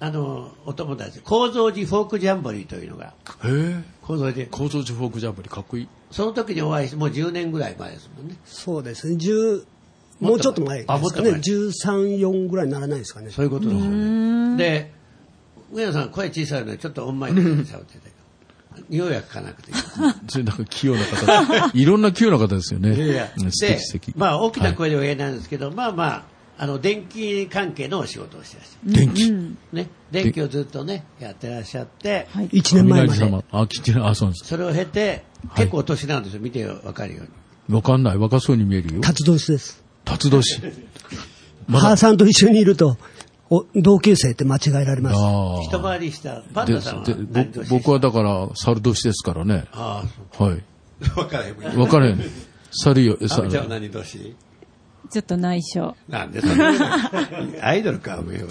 あの、お友達、構造寺フォークジャンボリーというのが、へえ。構造寺、構造地フォークジャンプにかっこいい。その時にお会いして、もう10年ぐらい前ですもんね。そうですね。10もうちょっと前ですあもっかとね。前13、4ぐらいにならないですかね。そういうことですよね。で、上野さん声小さいのでちょっとオンマイクで喋ってて、匂いはかかなくていい。それなんか器用な方。いろんな器用な方ですよね。いやいやうん素で敵素敵。、まあ大きな声では言えないんですけど、まあまあ、あの、電気関係のお仕事をしてらっしゃる。電気。ね、電気をずっとね、やってらっしゃって、はい。 1年前ま雷で。様。あ、聞いてない。あ、そうなんです。それを経て、結構お年なんですよ、見てわかるように。わかんない。若そうに見えるよ。辰年です。辰年。母さんと一緒にいると、お同級生って間違えられます。あ一回りした、パあ。ンでダさんはで何ぼ年僕はだから、猿年ですからね。あはい。あ、そう。わからへん。あ分かれん。猿よ、猿みちゃんは何年ちょっと内緒。なんでそん なアイドルか、おめえは。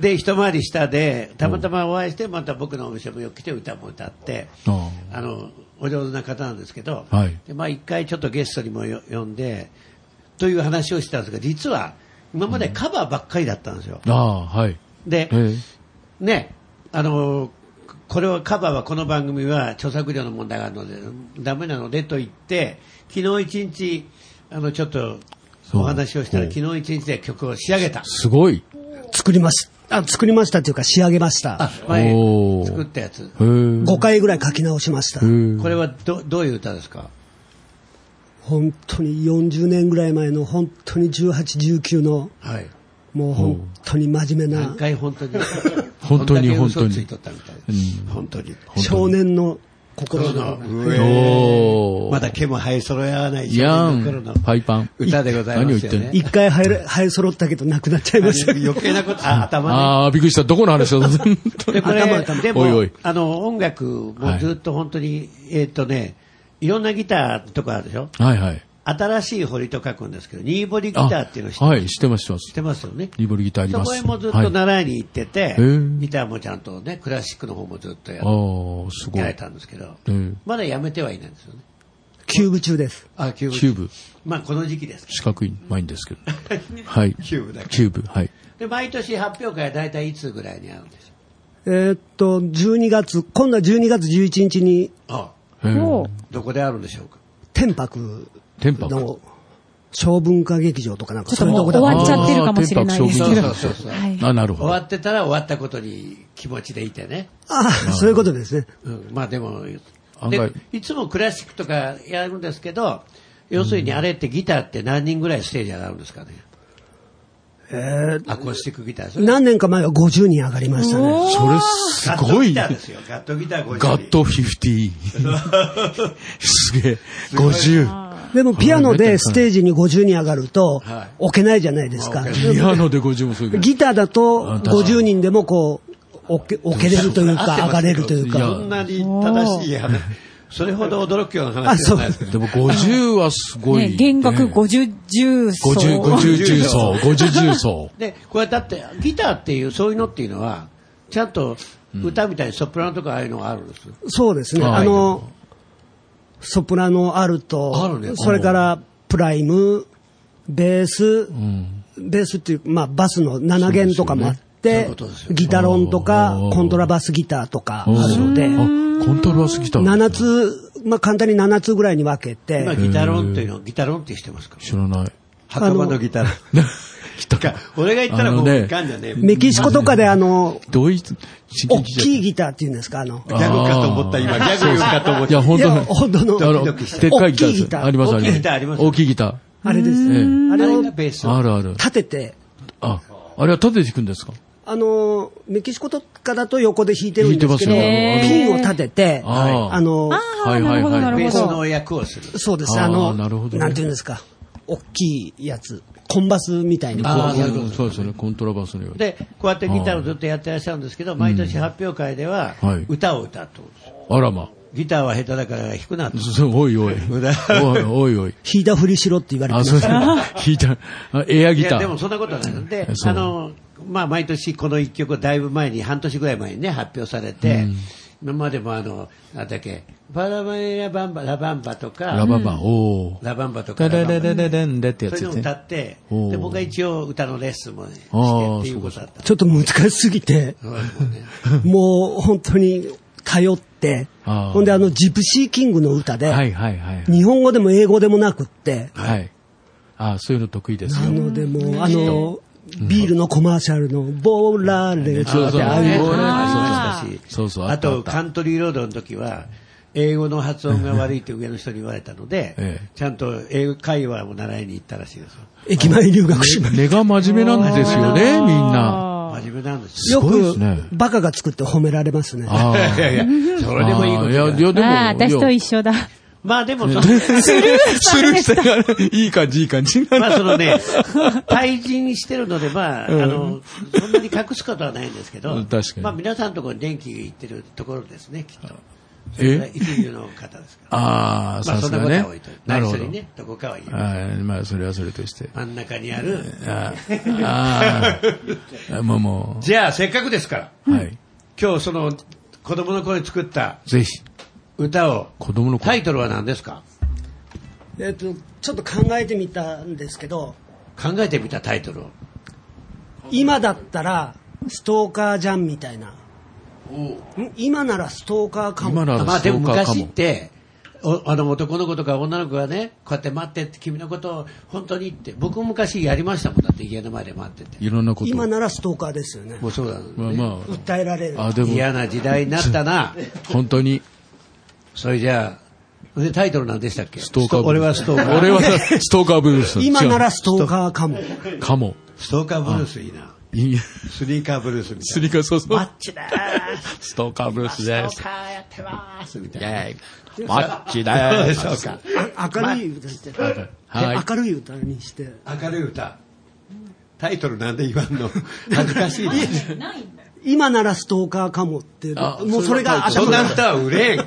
で、一回り下で、たまたまお会いして、また僕のお店もよく来て歌も歌って、ああの、お上手な方なんですけど、はいでまあ一回ちょっとゲストにもよ呼んで、という話をしたんですが、実は、今までカバーばっかりだったんですよ。あ。ああ、はい。で、えね、あの、これはカバーはこの番組は著作料の問題があるので、ダメなのでと言って、昨日一日、あの、ちょっと、そうお話をしたらこう昨日一日で曲を仕上げた。すごい。作ります。あ、作りましたっていうか仕上げましたあ。、前おー作ったやつ。へえ。 5回ぐらい書き直しましたへ。え。これはどどういう歌ですか本当に40年ぐらい前の本当に18、19の、はい。もう本当に真面目な何回本当に。 本当にこんだけ嘘つい本当にとったみたいなうん本当に。少年の心頃のの、おーまだ毛も生え揃わない少や年の頃んの。パイパン。歌でございますよ何を言ってねん。一回生えれ生え揃ったけどなくなっちゃいました。余計なこと、あ、頭ね。ああ、びっくりした。どこの話 だで、これ、頭頭でも、おいおいあの、音楽もずっと本当に、えーっ、とね、いろんなギターとかあるでしょはいはい。新しい堀と書くんですけど、ニーボリギタあーっていうのを知って,、はい、知ってます、知ってま知っす。てますよね。リボルギターありそまこす。へもずっとはい、習いに行ってて、ーギターもちゃんとね、クラシックの方もずっとやああ、すごい。やられえたんですけど、えまだやめてはいないんですよね。キューブ中です。あ、キューブ。キューブ、まあ、この時期です。四角い、まいんです けど。はい。キューブだけキューブ、はい。で、毎年発表会は大体いつぐらいにあるんでしょえーっと、12月、今度は12月11日にうあえおうえどこであるんでしょうか天白天白。の小文化劇場とかなんかちょっとそういうもとうこ終だわっちゃってるかもしれないですけど。あー天白将軍そうそう そうはい。あ、なる終ほわど。ってたら終わったことに気持ちでいてね。ああ、そういうことですね。うん、まあでも、案で外いつもクラシックとかやるんですけど、要するにあれってギターって何人ぐらいステージ上がるんですかね。えーアコースティックギターです何年か前は50人上がりましたね。それ、すガットごギい。ターガですよ。ガットギター50人。ット50。すげえ。50。でもピアノでステージに50人上がるとはい、置けないじゃないですか。ピアノで50もすごい。ギターだあと確かに50人でもこう、置け置けれるというか、上がれるといいうやか。そんなに正しい話。それほど驚くような話じゃないですけど。でも50はすごねい。、弦楽ね50、10層。 50、50重奏、50重 奏。で、これだってギターっていう、そういうのっていうのは、ちゃんと歌みたいにソプラノとかああいうのがあるんですよ。そうですね。はいあの、ソプラノ、アルあるねト、それからプライム、ベース、ベースっていう、まあバスの7弦とかもあっって、ギタロンとか、コントラバスギターとかあるので、あ、コントラバスギター。 7つ、まあ、簡単に7つぐらいに分け今、て、ギタロンっていうの、ギタロンってしてますか知 らない。墓場のギタロン。ギタか 俺が言ったらもういかんじゃねえ。メキシコとかであの、ドイツ、刺激大じゃきいギターっていうんですか、あの、ギャグかと思った、今。ギャグかと思っいや、た。本当いや本当のあの、ドキドキしたでっかいギター大きでいギタす。ーあります、大きいギターあります大きいギター。あれです。ええあれあれをがベース。あるある。立てて、あ、あれは縦で弾くんですかあの、メキシコとかだと横で弾いてるんですけど、弾いてますよピンを立てて、あーあの、あはあ、いなはいるほはど、いなるベーほスど。の役をする。そうです、あーあの、なるほどねなんていうんですか、大きいやつ、コンバスみたいな。あーそうこういうことそうですよね、コントラバスのように。で、こうやってギターをずっとやってらっしゃるんですけど、毎年発表会でははい、歌を歌うってことですよ。あらま。 ギターは下手だから弾くなと。そうそうおいおい。おいおいおい。弾いたふりしろって言われて あ、まそうす。だ。弾いた。あエアいギタや、でもー。そんなことはないのでえ、そうあの、まあ、毎年この一曲はだいぶ前に、半年ぐらい前にね、発表されて、今までもあの、あれだっけ、バラバラバンバ、ラバンバとか、ラバンバン。おー。ラバンバとか、ダラダバダンバダダダンダってやそつれでをす歌ね。って、おでー僕は一応歌のレッスンもねしてあーっていうことだった。ちょっと難しすぎて、もう本当に通って、あーほんであの、ジプシーキングの歌で、はいはいはい。日本語でも英語でもなくって、はい。あーそういうの得意ですなよ。のでもう、あの、ビールのコマーシャルの、ボーラーレそうそうあああいれうボーラありましたしそうそうああったあと、った、カントリーロードの時は、英語の発音が悪いって上の人に言われたのでええちゃんと英語会話を習いに行ったらしいですよ。駅前留学しました根が真面目なんですよね、みんな。あ真面目なんですよすよごいでくすね、バカが作って褒められますね。ああ。いやいや、それでもいいことじゃなあーいや、いや、でも。ああ、私とい一や緒だ。まあで もその、スルーして、いい感じ、いい感じ。 まあそのね、対人してるので、まあ、あの、そんなに隠すことはないんですけどうん、確かにまあ皆さんのところに電気がいってるところですね、きっと。え一流の方ですから。ああ、まあさそすんながことねは置いといて。、な内るほ緒ど。にね、どこかは言う。はいまあ、それはそれとして。真ん中にある、ああ、ああもうも じゃあせっかくですから、う、はい。今日その、子供の頃に作ったぜひ、歌を、子供のタ頃イトルは何ですかえっと、ちょっと考えてみたんですけど、考えてみたタイトルを。今だったらストーカーじゃんみたいな。ん今ならストーカーかも。今ならまあでもストーカーか昔っも。て、おあの男の子とか女の子がね、こうやって待ってって、君のことを本当にって、僕も昔やりましたもん、だって家の前で待ってて。いろんなこと。今まならストーカーですよね。もうそうだ、ねあま訴えられるあ、。あでも、嫌な時代になった な。本当に、それじゃあ、でタイトル何でしたっけストーカーブルース。俺はストーカー。俺はストーカーブルース。今なら違ストーカーかも。う、かも。ストーカーブルースいいな。いいスニーカーブルースみスたいリカ、そうそう。な。マッチだーストーカーブルースでストーすカ。ーやってまーすみたいな。マッチでそうす。か。あ明るい歌して。ではい。明るい歌にして。明るい歌。タイトルなんで言わん の恥ずかしいね。今ならストーカーかもって、あもうそれがそん頭のな中。歌は売 れん。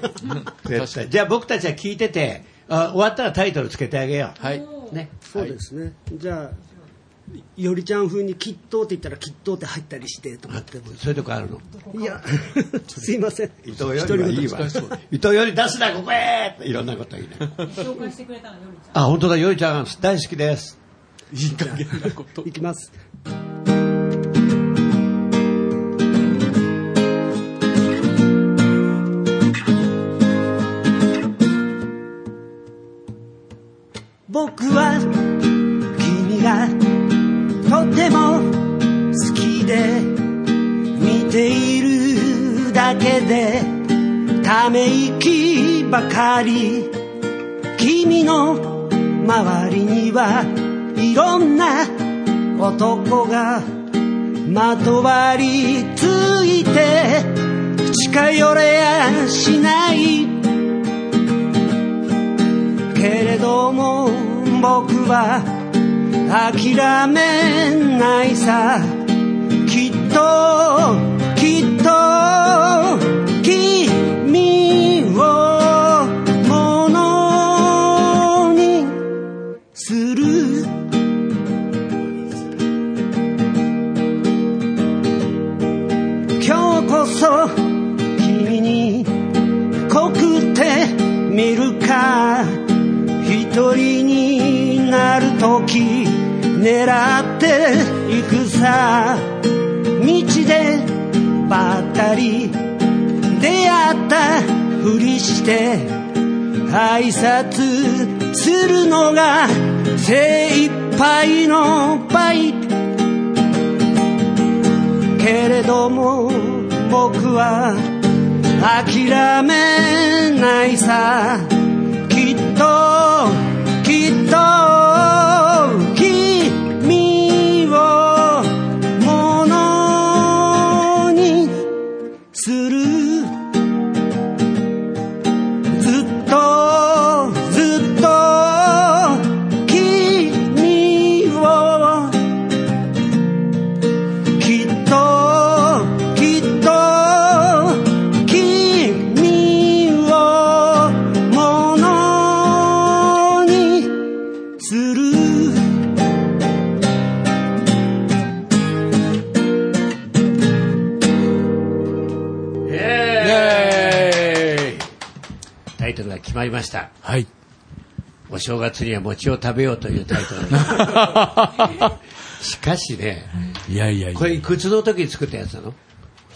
絶対。じゃあ僕たちは聞いてて、あ終わったらタイトルつけてあげよう。はい。ね。そうですね。じゃあ、よりちゃん風にきっとって言ったらきっとって入ったりしてとかって。そういうとこあるの。いや、すいません。伊藤よりはいいわ。伊藤より出すな、ここへいろんなこと言いながら。紹介してくれたのよりちあ、本当だ、よりちゃん大好きです。いい加減なこと。いきます。僕は君がとても好きで見ているだけでため息ばかり君の周りにはいろんな男がまとわりついて近寄れやしないけれども僕は諦めないさきっときっと君をものにする今日こそ君に濃くてみるか一人になる時狙っていくさ道り出会ったふりして挨拶するのが精一杯のバイけれども僕は諦めないさきっときっと君をものにするずっとずっと君をきっときっと君をものにするエーイタイトルが決まりました。はい。お正月には餅を食べようというタイトルで しかしね、いやいやいや。これ、靴の時に作ったやつなの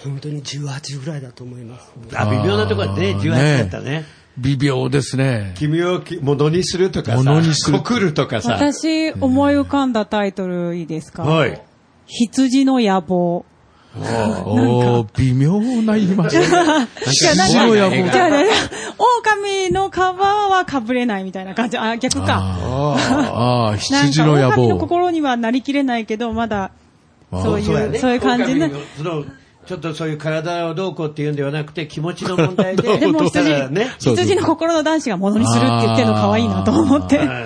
本当に18ぐらいだと思いますあ微妙なところでね、あー18だったね。微妙ですね。君をき物にするとかさ、物にする告るとかさ。私、思い浮かんだタイトルいいですか、はい。羊の野望。おー微妙な言い 回し。じゃあなんか、白い野望じゃあね、狼の皮は被れないみたいな感じ。あ、逆か。ああ、なん羊か、の野狼の望。心にはなりきれないけど、まだ、そういう、そうやそうねいう感じね。狼のそのちょっとそういう体をどうこうっていうんではなくて、気持ちの問題で。 でもた羊、だね、そうそう羊の心の男子が物にするって言ってるの可愛いなと思って。あ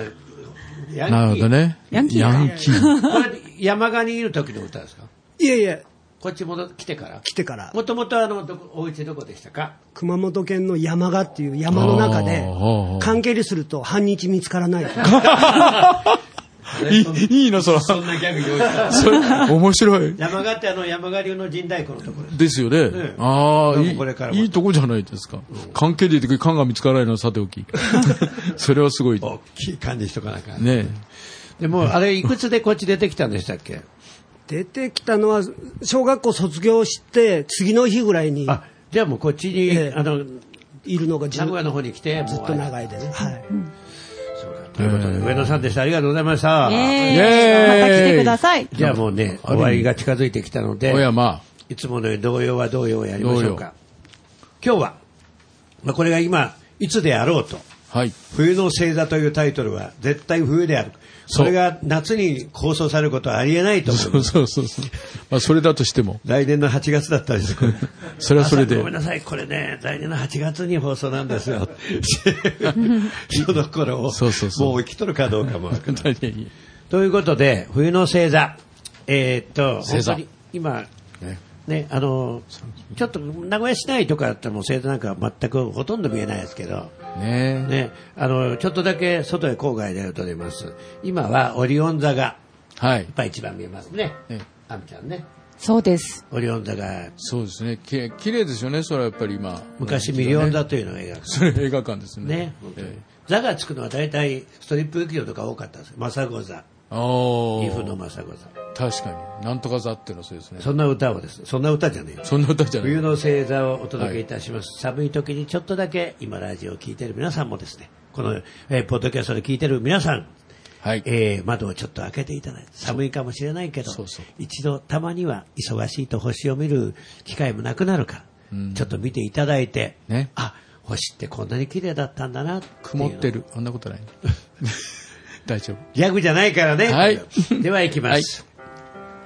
ヤンキー なるほど。ね。ヤンキーヤン キー。これ山鹿にいる時の歌ですかいえいえこっち戻ってきてから来てからもともとあの、どこお家どこでした か熊本県の山賀っていう山の中であー関係にすると半日見つからないいいいいの、そら。そんなギャグ用意した。それ、面白い。山鹿ってあの、山鹿流の神代湖のところです。ですよねえ。ああ、どういもこれからもいいいとこじゃないですか。関係で言ってくる缶が見つからないのはさて おき。それはすごい。大きい感じしとかなんか。ねでも、あれ、いくつでこっち出てきたんでしたっけ出てきたのは小学校卒業して次の日ぐらいにあ、じゃあもうこっちに、ええあの、いるのがず名古屋の方に来て、ずっと長いです、はい、い。ということで、上野さんでした。ありがとうございました。えイエーイまた来てください。じゃあもうね、終わりが近づいてきたのえ。で小、山。いつものように同様は同様をやりましょう童謡か。今日は、まあ、これが今、いつであろうと。はい。冬の星座というタイトルは絶対冬である。そそうれが夏に放送されることはありえないと思いそまうす。そうそうそう。まあ、それだとしても。来年の8月だったりする。 それはそれで朝ごめんなさい、これね、来年の8月に放送なんです よ。その頃を、そうそうそうもう生きとるかどうかもわからない。 いやいやということで、冬の星座。えーっと、星座本当に今、ねね、あの、ちょっと名古屋市内とかだったらもう星座なんか全くほとんど見えないですけど、ねえ。ね、あの、ちょっとだけ外へ郊外でと出ます。今はオリオン座が、やはいっ。ぱ一番見えますねええ。アミちゃんね。そうです。オリオン座が、そうですね。き綺麗ですよね。それはやっぱり今。昔ミリオンだ。座というのを描く。それ映画館ですね。ね、本当にええ。座がつくのは大体ストリップ劇場とか多かったんですよ。マサゴ座。お岐ー阜のマサゴ座。確かに。なんとか座っていうのはそうですね。そんな歌をですね、そんな歌じゃねえよそんな歌じゃない。冬の星座をお届けいたします、寒い時にちょっとだけ今ラジオを聞いてる皆さんもですねこの、えーポッドキャストで聞いてる皆さん、はい。えー窓をちょっと開けていただいて寒いかもしれないけどそうそう一度たまには忙しいと星を見る機会もなくなるから、ちょっと見ていただいて、ねあ星ってこんなに綺麗だったんだなっていう曇ってる。あんなこ とない。大丈夫。ギャグじゃないからね、はいでは行きます、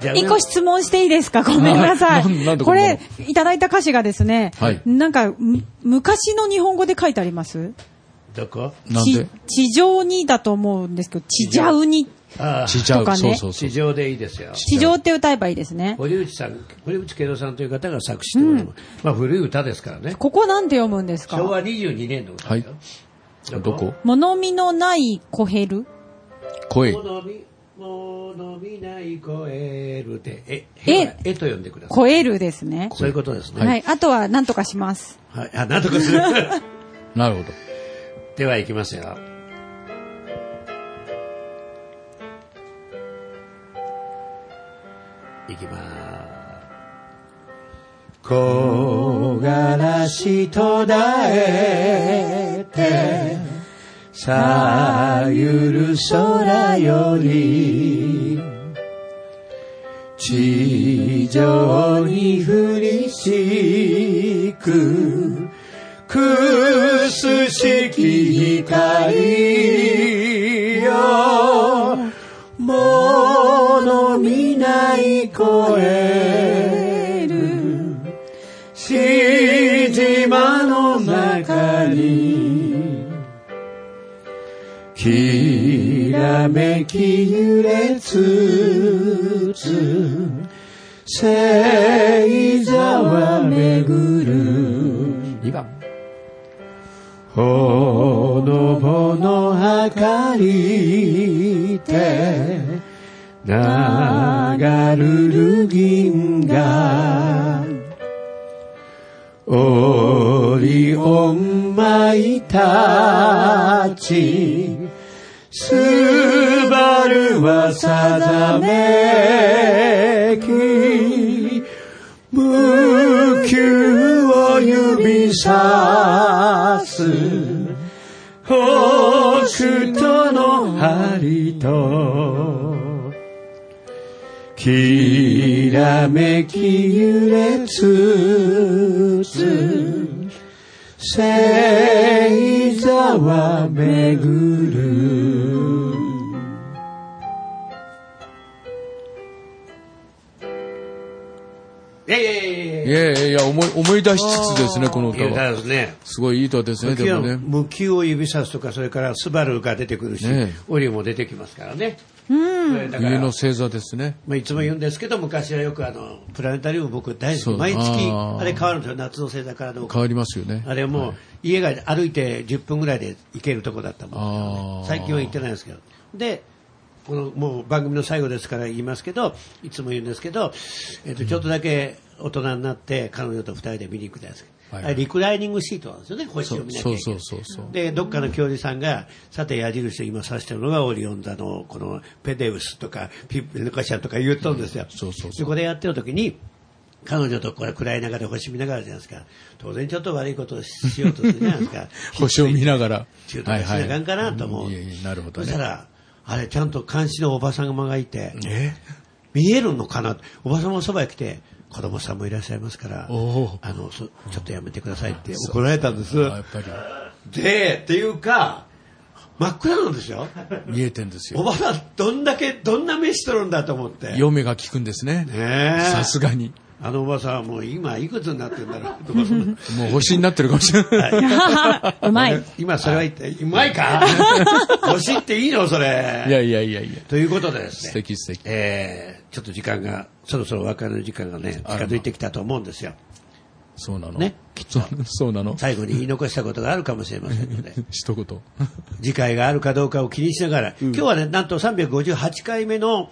じゃあ一個質問していいですかごめんなさはいなんなんい。でここんなのれ、いただいた歌詞がですね、はいなんか、む昔の日本語で書いてありますどこなんで地地上にだと思うんですけど、地上に、ああちっちゃとう。かねそうそうそ地。う上でいいですよ地上って歌えばいいですね。堀内さん、堀内圭郎さんという方が作詞しております。まあ古い歌ですからね。ここなんて読むんです昭か和22年の歌だよ。どこ物見のないコヘル声も。のみ、ものみない声るで、え、ええ、えと呼んでください。コエルですね。そういうことですね。はい、あとは何とかし ます。はい。あ、なんとかする。なるほど。では行きますよ。行きまーす。木枯らし途絶えてさゆる空より地上に降りしくくすしき光よもの見ない声るし島の中にきらめき揺れつつ星座は巡る2番。ほのぼのはかりて流るる銀河オリオン舞いたちスバルは定めき無給を指さす北斗の針ときらめき揺れつつ星座は巡るえいやいやいや、思い、思い出しつつですね、この歌は。ですねすごいいい歌ですね、無で給もをね。無給を指さすとか、それからスバルが出てくるし、ねえオリオンも出てきますからね。うん。だか冬らの、星座ですね。まあ、いつも言うんですけど、昔はよくあの、プラネタリウム僕大好そうき。毎月、あーあれ変わるんですよ、夏の星座からの。変わりますよね。あれもう、家が歩いて10分ぐらいで行けるとこだったあもん、ーね、最近は行ってないですけど。で、このもう番組の最後ですから言いますけど、いつも言うんですけど、えっとちょっとだけ大人になって彼女と二人で見に行くじゃないですか。はいあれリクライニングシートなんですよね、星を見なきゃいけない。そうそうそうそうで、どっかの教授さんが、さて矢印を今指してるのがオリオン座のこのペデウスとかピルカシャとか言っとるんですよ。そうそうそう。でこれやってる時に、彼女とこれ暗い中で星見ながらじゃないですか。当然ちょっと悪いことをしようとするじゃないですか 星を見ながら中途半端しなあかんかなと思う。はいはいうんいえいえなるほどねそしたら、あれちゃんと監視のおばさんがいて、え見えるのかなおばさんもそばへ来て、子供さんもいらっしゃいますから、あおうの、そちょっとやめてくださいって怒られたんです。やっぱり、で、っていうか、真っ暗なんですよ。見えてんですおよ。ばさん、どんだけ、どんな飯取るんだと思って。ね嫁が聞くんですね。えさすがに。あのおばさんはもう今いくつになってんだ ろうとかそんなもう星になってるかもし れない。うまい。今それは言って、うまいか 年っていいのそれ。いやいやいやいや。ということでですね。素敵素敵えー、ちょっと時間が、そろそろお別れの時間がね、近づいてきたと思うんですよ。そうなの。ねそうそうなの。最後に言い残したことがあるかもしれませんので。 一言。次回があるかどうかを気にしながら、今日はね、なんと358回目の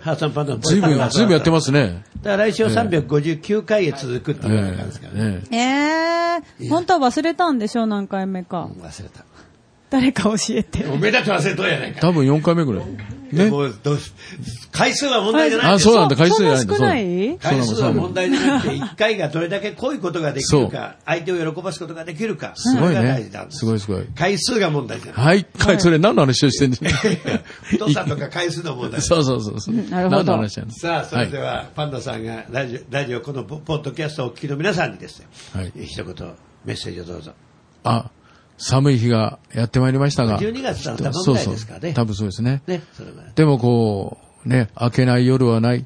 ハーサンパンダのずいぶん、ずいぶんやってますね。だから来週は359回へ続くってことなんですからね。ええええ本当は忘れたんでしょ何回目か。忘れた。誰か教えて。おめだと忘れとるやないか。多分4回目ぐらい。ね。もうどうし回数は問題じゃないんあ、ですそうなんだ、そ回数じゃないんだ。そんな少ないそう回なの、数そうはな問の。題じゃなくて、1回がどれだけ濃いことができるか、相手を喜ばすことができるか、すごそれいが大ね事なん。ですごいすごい。回数が問題じゃない。はい、かい、それ何の話をしてんじ ゃん。太さとか回数の問題。そうそうそうそう。なるほど何の話やねんさあ、それではは、パンダさんがラジオ、ラジオ、このポポッドキャストをお聞きの皆さんにですね、はい一言、メッセージをどうぞ。い。あ、寒い日がやってまいりましたが。 12月の頭きっとぐらいですかねそうそう多分そうですね。ね、それまで。 でもこう、ね、明けない夜はない、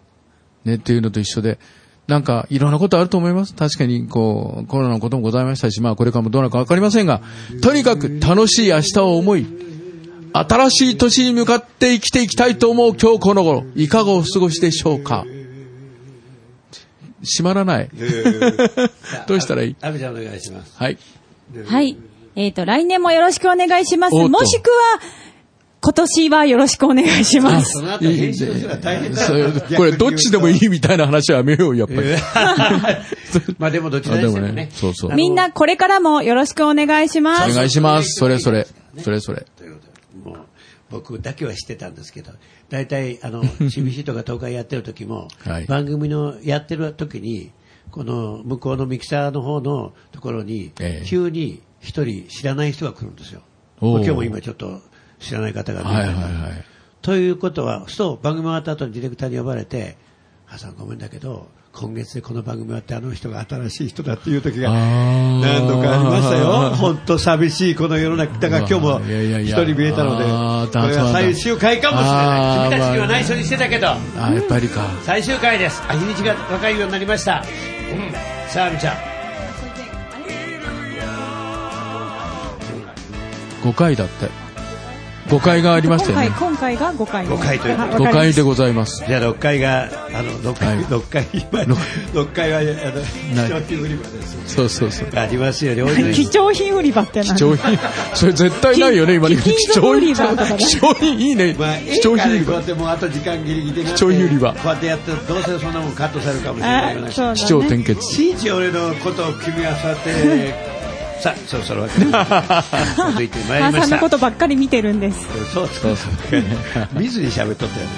ね、っていうのと一緒で、なんかいろんなことあると思います。確かにこう、コロナのこともございましたし、まあこれからもどうなるかわかりませんが、とにかく楽しい明日を思い、新しい年に向かって生きていきたいと思う今日この頃、いかがお過ごしでしょうか閉まらない。 どうしたらいいあみちゃんお願いします。はい。はい。えっ、と、来年もよろしくお願いします。おっともしくは、今年はよろしくお願いしまそす。の後編集すら大変だそうこれどっちでもいいみたいな話はやめよう、やっぱり。 まあでもどっちらにしてもあでもねね。そうそうあのみんなこれからもよろしくお願いしまおす。願いします。それそれ。それそれ。ということでもう僕だけは知ってたんですけど、大体、あの、CBC とか東海やってる時も、はい番組のやってる時に、この向こうのミキサーの方のところにええ急に一人知らない人が来るんですよ、おうまあ今日も今ちょっと知らない方が出てはいはいはい。ということは、そう番組終わった後にディレクターに呼ばれて、ハさんごめんだけど、今月でこの番組終わってあの人が新しい人だっていう時があー何度かありましたよ。本当寂しいこの世の中。だから今日もいやいやい一や人見えたので、あーこれが最終回かもしれない。あー君たちには内緒にしてたけど、あ、やっぱりか。最終回です。あ、日にちが分かるようになりました。うん。さあ、亜美ちゃん。 5回だって。5回がありましたよね今。回今回が5回5回ということではわ5かりま回したでございます。じゃあ6回が、あの、6回、はい6回、六6回は、あの、ない貴重品売り場です。そうそうそう。ありますよね、大貴重品売り場ってな貴重品。それ絶対ないよね、今ね。貴貴貴金属重売り品。場とかね貴重品いいね。まあ、貴重品。こうやってもうあと時間ギリギリで貴重品売り場こうやってやってるとどうせそんなもんカットされるかもしれないよねあそうだね貴重転結。いちいち俺のことを君はそうやってさあそろそろ別れます続いてまい母りまさんしのたことばっかり見てるんですそうそうそう見ずに喋っとったよね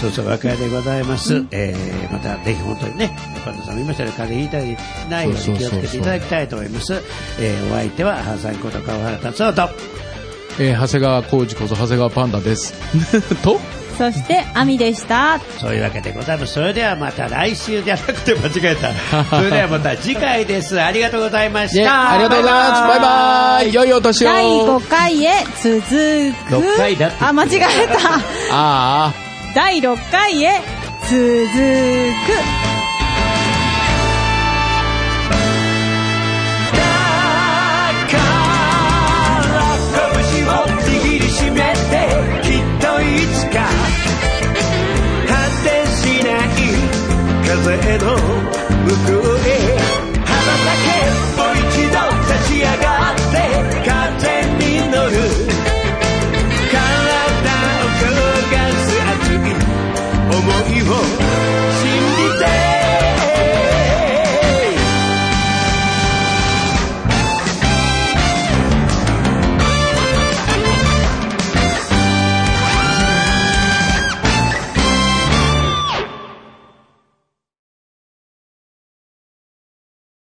そうそう和解でございます、えーまたぜひ本当にねパンダさんも言いましたように風邪ひいたりしないようそうにそう気をそつうそうけていただきたいと思います、えーお相手はハンサンこと川原達夫とえー長谷川浩二こそ長谷川パンダです。とそしてアミでしたそういうわけでございます。それではまた来週じゃなくて間違えた。それではまた次回です。ありがとうございましねた。ありがとうございます。バイバイ。良いお年を。第5回へ続く六回だってあ間違えたああ。第6回へ続く拳を握りしめてきっといつか果てしない風の向こう